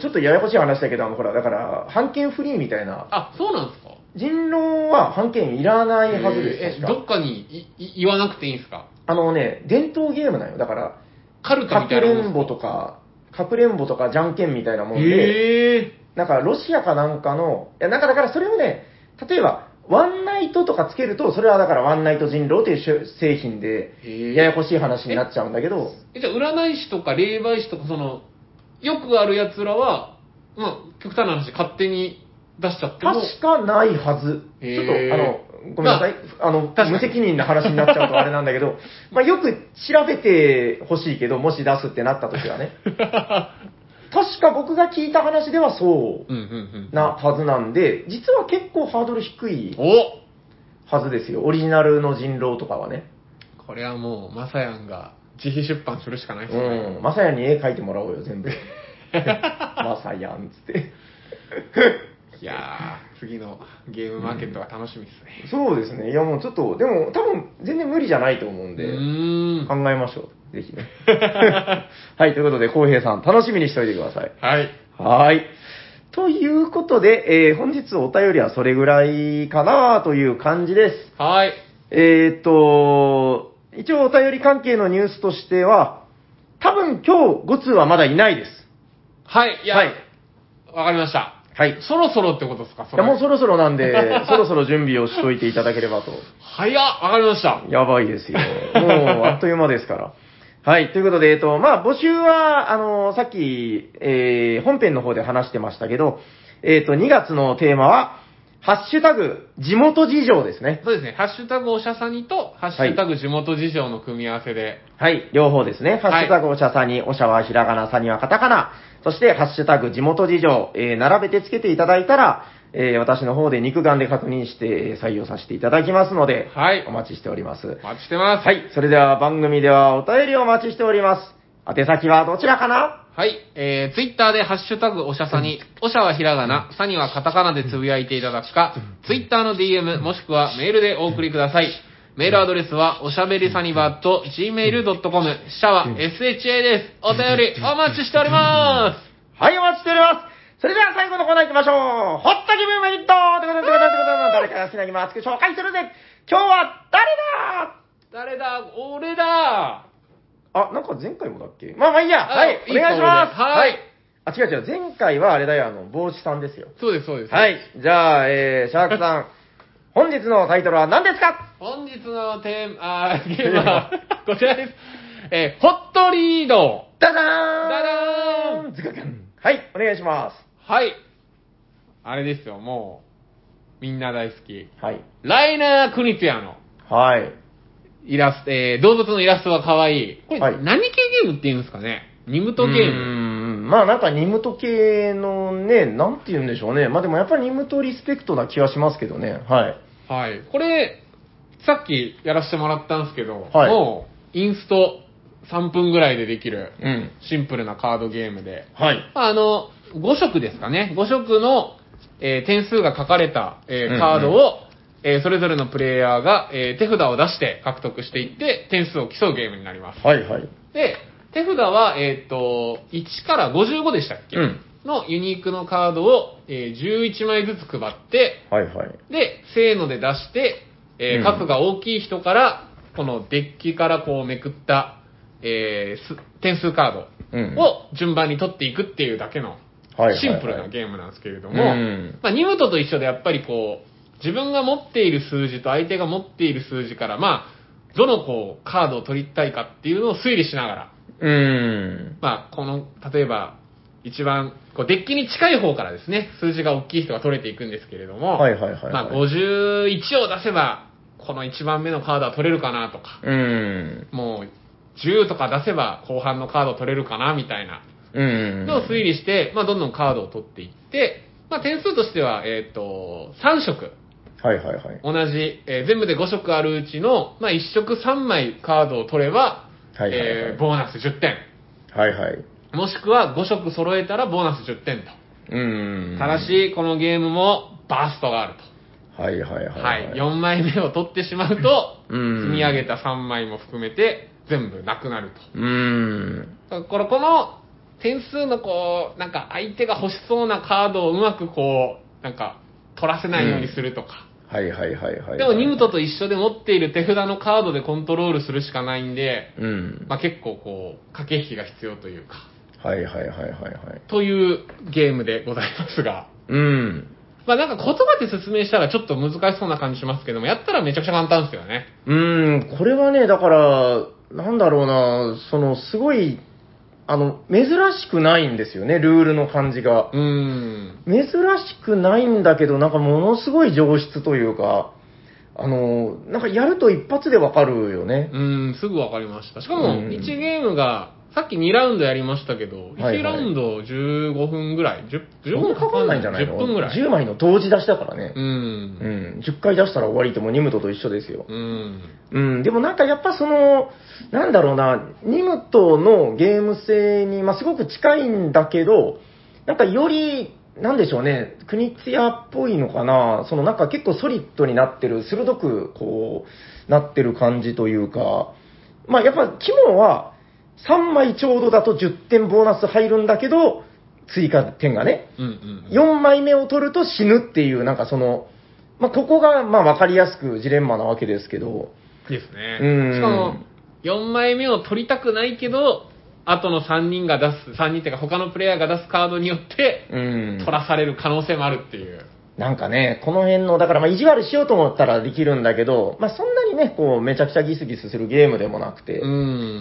ちょっとややこしい話だけど、あの、ほら、だから、半券フリーみたいな、あそうなんですか人狼は半券いらないはずでえす、ー確どか。っかにいい言わなくていいんですかあのね、伝統ゲームなんよ。だから、カルタかみくたいなれんもぼんでとか、かくれんぼとか、じゃんけんみたいなすもかんで、へえなんかロシアかなんかの、いやなんかだからそれをね、例えば、ワンナイトとかつけると、それはだからワンナイト人狼という製品で、へえややこしい話になっちゃうんだけど、えじゃあ占い師とか霊媒師とかそのよくあるやつらはまあ極端な話勝手に出しちゃっても確かないはず。ちょっへーと、あの、ごめんなさい。あの確か、に無責任な話になっちゃうとあれなんだけど、まあよく調べてほしいけど、もし出すってなった時 [LAUGHS] はね。確か僕が聞いた話ではそうんうんうんうなはずなんで、実は結構ハードル低いおはずですよ。オリジナルの人狼とかはね。これはもう、まさやんが自費出版するしかないですね。うん、まさやに絵描いてもらおうよ、全部。 [LAUGHS] まさやんっつって。いやー、次のゲームマーケットが楽しみですね。そうですね。いやもうちょっと、でも多分全然無理じゃないと思うんうで、ーん。考えましょう。ぜひね。 [LAUGHS] はい、ということで、浩平さん、楽しみにしておいてください。はい。はーい。ということで、えー本日お便りはそれぐらいかなという感じです。はい。えーっと、一応お便り関係のニュースとしては、多分今日5通はまだいないです。はい。いや、はわ、いかりました。はい。そろそろってことですかいや、もうそそろそろなんで、 [LAUGHS] そろそろ準備をしといていただければと。早っわかりました。やばいですよ。もう、あっという間ですから。はい。ということで、えっと、まあ、募集は、あの、さっき、えー、本編の方で話してましたけど、えっと、2月のテーマは、ハッシュタグ、地元事情ですね。そうですね。ハッシュタグおしゃさにと、ハッシュタグ地元事情の組み合わせで。はい。両方ですね。ハいッシュタグ、おしゃさに、おしゃはひらがな、さにはカタカナ。そして、ハッシュタグ、地元事情、えー、並べてつけていただいたら、えー、私の方で肉眼で確認して、えー採用させていただきますので、はいお。待ちしております。お待ちしてます。はい。それでは番組ではお便りをお待ちしております。宛先はどちらかなはい。えー、ツイッターでハッシュタグおしゃさに、おしゃはひらがな、さにはカタカナでつぶやいていただくか、ツイッターの DM もしくはメールでお送りください。メールアドレスは、おしゃべりさにばっと gmail.com、シャワー SHA です。お便りお待ちしておりまはい、お待ちしております。それでは最後のコーナー行きましょう。ほった気分メリットということで、ということで、ということで誰かが好きな気分を熱く紹介するぜ今日は誰だす誰だ俺だあ、なんか前回もだっけまあまあいいや。あはい、いおいと思う願いします。はい。あ、違う違う、前回はあれだよ、あの、帽子さんですよ。そうです、そうです。はい。じゃあ、えー、シャークさん、 [LAUGHS] 本日のタイトルは何ですか本日のテーマ、 [LAUGHS] あーゲームは、こちらです。えー、ホットリード。ダダダダーンーンズカカンはい、お願いしまはい。あれですよ、もう、みんな大好き。す。はい。ライナー・クニツヤのはい。イラスト、えー動物のイラストが可愛い。これ、はい何系ゲームって言うんですかねニムトゲーうーム。んまあなんかニムト系のね、なんて言うんでしょうね。まあでもやっぱりニムトリスペクトな気はしますけどね。はい。はい。これ、さっきやらせてもらったんですけど、はいもう、インスト3分ぐらいでできる、うん。シンプルなカードゲームで、はい。まああの、5色ですかね。5色の、えー点数が書かれた、えーうんうんカードを、えーそれぞれのプレイヤーが、えー手札を出して獲得していって、点数を競うゲームになります。はいはい。で、手札は、えっ、と、1から55でしたっけ、うんのユニークのカードを、えー11枚ずつ配って、はいはい。で、せーので出して、えーうん数が大きい人から、このデッキからこうめくった、えーす点数カードうんを順番に取っていくっていうだけのはいはいはいシンプルなゲームなんですけれども、うんまあ、ニムトと一緒でやっぱりこう、自分が持っている数字と相手が持っている数字から、まあ、どのこう、カードを取りたいかっていうのを推理しながら、うーん。まあ、この、例えば、一番、こう、デッキに近い方からですね、数字が大きい人が取れていくんですけれども、はいはいはいはいまあ、51を出せば、この1番目のカードは取れるかなとか、うーん。もう、10とか出せば後半のカード取れるかなみたいなうーん。のを推理して、まあ、どんどんカードを取っていって、まあ、点数としては、えっ、と、3色。はいはいはい。同じ、えー全部で5色あるうちの、まあ、1色3枚カードを取れば、はいはいはいえーボーナス10点。はいはい。もしくは5色揃えたらボーナス10点と。うーん。ただし、このゲームもバーストがあるはいはいはと。い。はい。4枚目を取ってしまうと、うん積み上げた3枚も含めて全部なくなると。うーん。だからこの点数のこう、なんか相手が欲しそうなカードをうまくこう、なんか取らせないようにするとか。はいはいはいはい。でもニムトと一緒で持っている手札のカードでコントロールするしかないんで、うん。まあ、結構こう、駆け引きが必要というか、はいはいはいはいはい。というゲームでございますが、うん。まあなんか言葉で説明したらちょっと難しそうな感じしますけども、やったらめちゃくちゃ簡単ですよね。うーん、これはね、だから、なんだろうな、その、すごい、あの、珍しくないんですよね、ルールの感じがう。ーん。珍しくないんだけど、なんかものすごい上質というか、あの、なんかやると一発でわかるよねう。ーん、すぐわかりました。しかうも、ん1ゲームが、さっき2ラウンドやりましたけど、はいはい1ラウンド15分ぐらい、10, そん分なかかんないんじゃないの ?10 分ぐらい。 10枚の同時出しだからねう。ー。うんん、10回出したら終わりってもうニムトと一緒ですよ。うーん。うん、でもなんかやっぱその、なんだろうな、ニムトのゲーム性に、まあ、すごく近いんだけど、なんかより、なんでしょうね、国津屋っぽいのかな、そのなんか結構ソリッドになってる、鋭くこう、なってる感じというか、まあやっぱ肝は、3枚ちょうどだと10点ボーナス入るんだけど、追加点がね、うんうん。 4枚目を取ると死ぬっていう、なんかその、まあここがまあわかりやすくジレンマなわけですけど、ですね。うんしかも、4枚目を取りたくないけど、後の3人が出す、3人っていうか他のプレイヤーが出すカードによって、うん取らされる可能性もあるっていう。なんかね、この辺の、だからまあ意地悪しようと思ったらできるんだけど、まあそんなにね、こうめちゃくちゃギスギスするゲームでもなくて。うい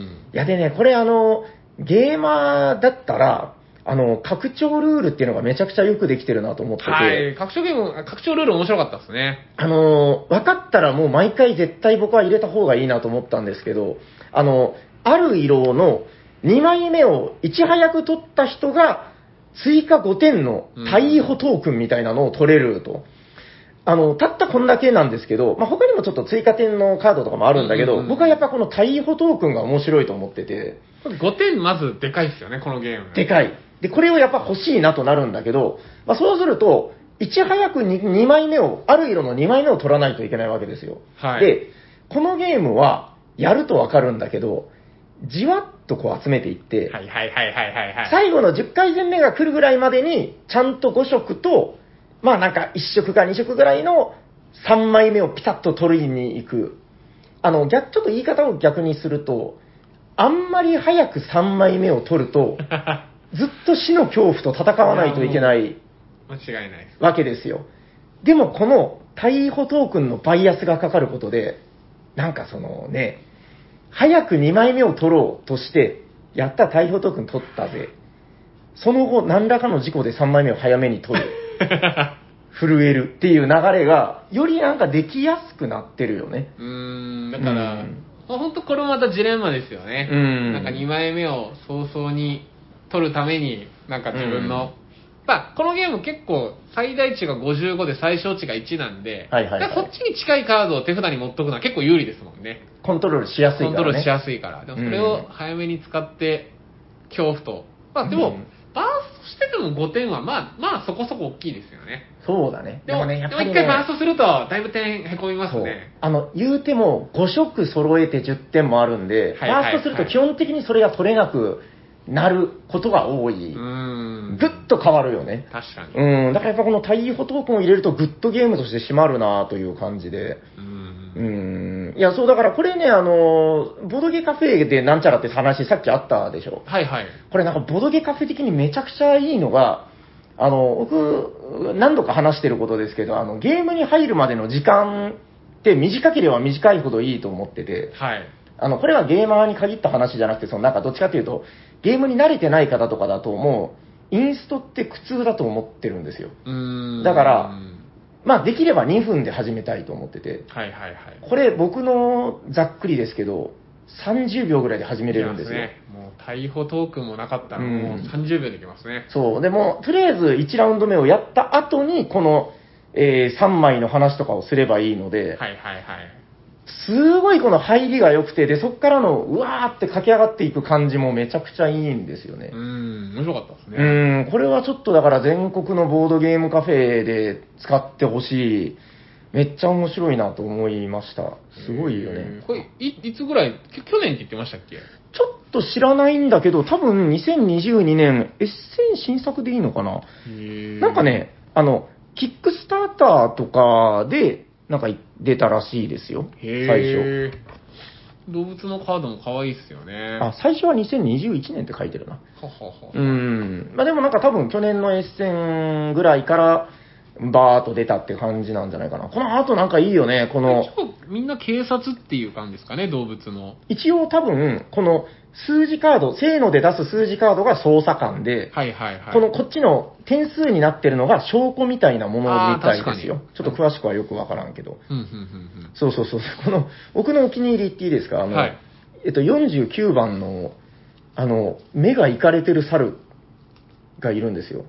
ん。やでね、これあの、ゲーマーだったら、あの、拡張ルールっていうのがめちゃくちゃよくできてるなと思ってて、はい。拡張ゲーム、あ拡張ルール面白かったですね。あの、分かったらもう毎回絶対僕は入れた方がいいなと思ったんですけど、あの、ある色の2枚目をいち早く取った人が、追加5点の逮捕トークンみたいなのを取れると。あの、たったこんだけなんですけど、まあ、他にもちょっと追加点のカードとかもあるんだけど、うんうんうん僕はやっぱこの逮捕トークンが面白いと思ってて、 5点まずでかいですよね、このゲーム。でかい。で、これをやっぱ欲しいなとなるんだけど、まあ、そうすると、いち早くに2枚目を、ある色の2枚目を取らないといけないわけですよ。はいで、このゲームは、やるとわかるんだけど、じわっとこう集めていって、はいはいはいはいはいはい。最後の10回戦目が来るぐらいまでに、ちゃんと5色と、まあなんか1色か2色ぐらいの3枚目をピタッと取りに行く。あの、逆、ちょっと言い方を逆にすると、あんまり早く3枚目を取ると、ずっと死の恐怖と戦わないといけない [LAUGHS] 間違いないです。わけですよ。でもこの逮捕トークンのバイアスがかかることで、なんかそのね、早く2枚目を取ろうとして、やった逮捕トークン取ったぜ。その後、何らかの事故で3枚目を早めに取る。震えるっていう流れが、よりなんかできやすくなってるよね。うーん、だから、うんまあ本当これもまたジレンマですよね。うんなんか2枚目を早々に取るために、なんか自分の、まあ、このゲーム結構最大値が55で最小値が1なんで、はいはいはいだからそっちに近いカードを手札に持っとくのは結構有利ですもんね。コントロールしやすいからコンね。トロールしやすいから。でもそれうんを早めに使って、恐怖と。まあでも、うんバーストしてでも5点はまあ、まあそこそこ大きいですよね。そうだね。でも、ね、でも一回バーストすると、だいぶ点へこみますそうね。あの言うても5色揃えて10点もあるんはいはで、いはいファーストすると基本的にそれが取れなくなることが多うい、ーぐっん。と変わるよね、確かに。うん、だからやっぱこの逮捕トークンを入れると、グッとゲームとして締まるなという感じで、うんうん、いや、そうだからこれね、あのボードゲカフェでなんちゃらって話、さっきあったでしょ、はいはい。これなんかボードゲカフェ的にめちゃくちゃいいのが、あの、僕、何度か話してることですけど、あの、ゲームに入るまでの時間って短ければ短いほどいいと思ってて、はい。あの、これはゲーマーに限った話じゃなくて、そのなんかどっちかというと、ゲームに慣れてない方とかだともう、インストって苦痛だと思ってるんですよ。うーん。だからうんまあ、できれば2分で始めたいと思ってて、はいはいはい。これ僕のざっくりですけど、30秒ぐらいで始めれるんですよ。いきますね。もう逮捕トークもなかったら、うんもう30秒できますね。そう。でも、とりあえず1ラウンド目をやった後に、この、え3枚の話とかをすればいいので、はいはいはい。すごいこの入りが良くて、で、そっからの、うわーって駆け上がっていく感じもめちゃくちゃいいんですよねうー。ん、面白かったですね。うーん、これはちょっとだから全国のボードゲームカフェで使ってほしい。めっちゃ面白いなと思いました。すごいよね。これ、い、いつぐらい、き去年って言ってましたっけちょっと知らないんだけど、多分2022年、エッセン新作でいいのかななんか、ね、あの、キックスターターとかで、なんか出たらしいですよ。最初。へー動物のカードも可愛いっすよね。あ、最初は2021年って書いてるな。ははは。うん。まあでもなんか多分去年のエッセンぐらいから、バーっと出たって感じなんじゃないかな。この後なんかいいよね、この結。構みんな警察っていう感じですかね、動物の。一応多分、この数字カード、せーので出す数字カードが捜査官で、はいはいはい。このこっちの点数になってるのが証拠みたいなものみたいですあーよ確。ちょっと詳しくはよくわからんけど。うんうん [LAUGHS] うんそうそうそう。この、僕のお気に入り言っていいですかあうん。の、はい。えっと、49番の、あの、目がいかれてる猿がいるんですよ。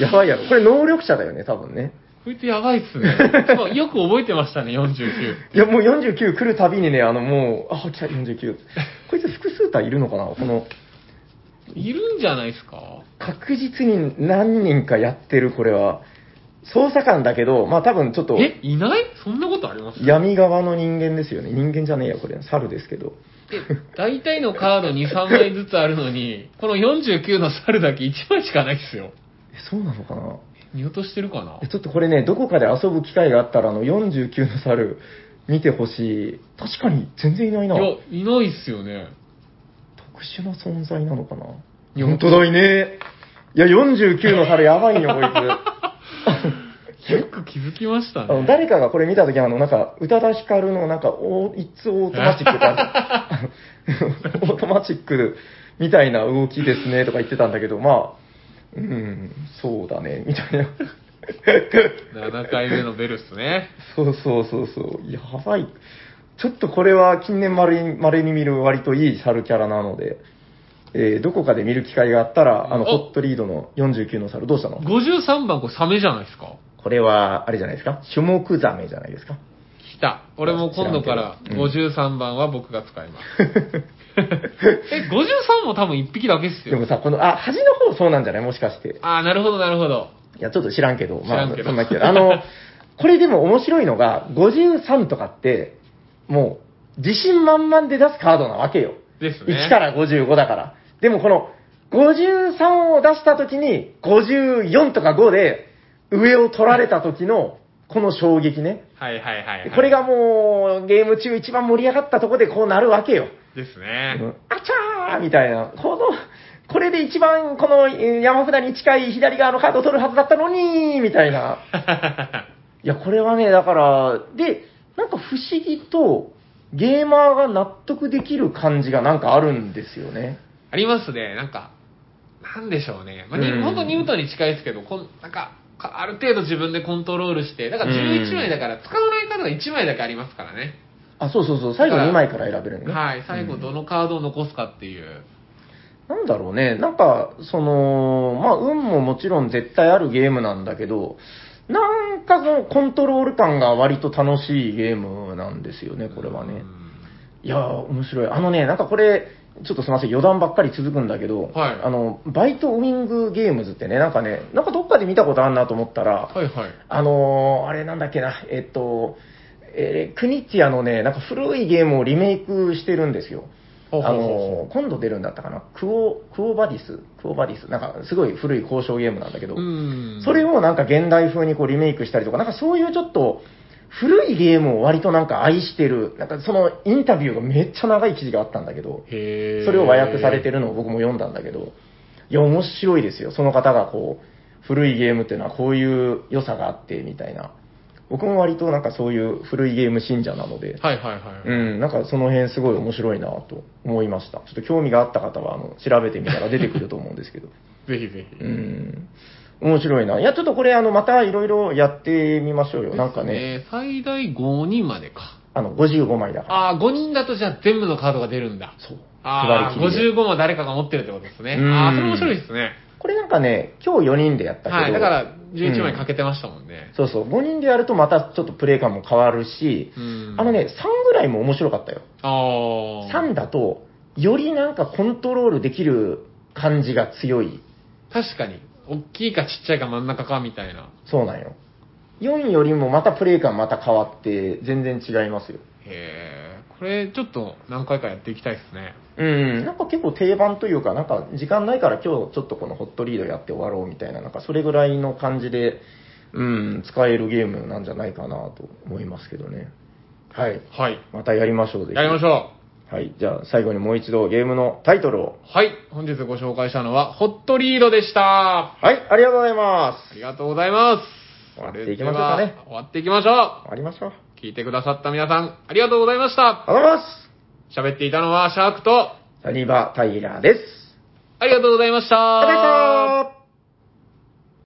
やばいやろ。これ能力者だよね、多分ね。こいつやばいっすね。そうよく覚えてましたね、49。いや、もう49来るたびにね、あの、もう、あ、来た、49。こいつ複数体いるのかなこの、いるんじゃないですか確実に何人かやってる、これは。捜査官だけど、まあ多分ちょっと、え、いないそんなことあります闇側の人間ですよね。人間じゃねえや、これ。猿ですけど。で、大体のカード2、3枚ずつあるのに、この49の猿だけ1枚しかないっすよ。え、そうなのかな見落としてるかなえちょっとこれね、どこかで遊ぶ機会があったら、あの、49の猿、見てほしい。確かに、全然いないな。特いや、いないっすよね。殊な存在なのかな。いや本当だいね。いや、49の猿やばいよ、こい [LAUGHS] つ。よく気づきましたあの、ね。誰かがこれ見たとき、あの、なんか、宇多田ヒカルの、なんか、オー、イッツオートマチックってある [LAUGHS] オートマチックみたいな動きですね、とか言ってたんだけど、まあ、うん、そうだね、みたいな。 7回目のベルっすね。そうそうそうそう。やばい。ちょっとこれは近年まれにまれに見る割といい猿キャラなので、えーどこかで見る機会があったら、あの、おホットリードの49の猿どうしたの53番、これサメじゃないですか。これは、あれじゃないですかシュモクザメじゃないです [LAUGHS] か来た。俺も今度から知らんけどうん53番は僕が使います。え、53も多分1匹だけっすでよも。さ、この、あ、端の方そうなんじゃないもしかして。あー、なるほど、なるほど。いや、ちょっと知らんけど、知らんけどそんな気があの、これでも面白いのが、53とかって、もう、自信満々で出すカードなわけよ。ですね。 1から55だから。でもこの、53を出した時に、54とか5で、上を取られた時の、この衝撃ね。はいはいはい、はい。これがもう、ゲーム中一番盛り上がったとこでこうなるわけよ。ですあね。 [LAUGHS] ちゃーみたいな。この、これで一番このえー山札に近い左側のカードを取るはずだったのにみたいな。いや、これはね、だから、で、なんか不思議と、ゲーマーが納得できる感じがなんかあるんですよね。ありますね。なんか、なんでしょうね。まあ、にうん本当ニュートンに近いですけど、こんなんか、かある程度自分でコントロールして、だから11枚だから、使わないカードが1枚だけありますからね。あ、そうそうそう、最後だから2枚から選べるのね。はい。最後、どのカードを残すかっていう。なんだろうね、なんか、その、まあ、運ももちろん絶対あるゲームなんだけど、なんかそのコントロール感が割と楽しいゲームなんですよね、これはうね。んいやー、面白い。あのね、なんかこれ、ちょっとすみません、余談ばっかり続くんだけど、はいあの、バイトウィングゲームズってね、なんかね、なんかどっかで見たことあんなと思ったら、はいはい。あのーあれなんだっけな、えっと、えークニッチアのね、なんか古いゲームをリメイクしてるんですよ。ほうほあうほのー今度出るんだったかな、クオ、クオバディス、クオバディス、なんかすごい古い交渉ゲームなんだけど、ううん。それをなんか現代風にこうリメイクしたりとか、なんかそういうちょっと古いゲームを割となんか愛してる、なんかそのインタビューがめっちゃ長い記事があったんだけど、へーそれを和訳されてるのを僕も読んだんだけど、いや、面白いですよ。その方がこう、古いゲームっていうのはこういう良さがあって、みたいな。僕も割となんかそういう古いゲーム信者なので、はいはいはい。うん、なんかその辺すごい面白いなと思いました。ちょっと興味があった方は、あの、調べてみたら出てくると思うんです [LAUGHS] けど。ぜひぜひ。うん。面白いな。いや、ちょっとこれ、あの、またいろいろやってみましょうよ。なんかね、です。最大5人までか。あの、55枚だから。ああ、5人だとじゃあ全部のカードが出るんだ。そう。ああ、配り切りで55も誰かが持ってるってことですね。うんああ、それ面白いですね。これなんかね、今日4人でやったけど、はい。だから、11枚かかけてましたもんね。そうそう、5人でやるとまたちょっとプレイ感も変わるし、うん。あの。ね、3ぐらいも面白かったよ。ああ。 3だと、よりなんかコントロールできる感じが強い。確かに。大きいかちっちゃいか真ん中かみたいな。そうなんよ。4よりもまたプレイ感また変わって、全然違いますよ。へえ。これ、ちょっと何回かやっていきたいですね。うん、なんか結構定番というか、なんか時間ないから今日ちょっとこのホットリードやって終わろうみたいな、なんかそれぐらいの感じで、うん、使えるゲームなんじゃないかなと思いますけどね。はい。はい。またやりましょうぜひやりましょはい。じゃあ最後にもう一度ゲームのタイトルを。う。はい。本日ご紹介したのは、ホットリードでした。あはい、ありがとうございます。りがとうございます。終わっていきましょうかねそれでは終わっていきましょ終わりましょう。う。聞いてくださった皆さん、ありがとうございました。ありがとうございます。喋っていたのは、シャークと、サニバタイラーです。ありがとうございました。ありがとうございました。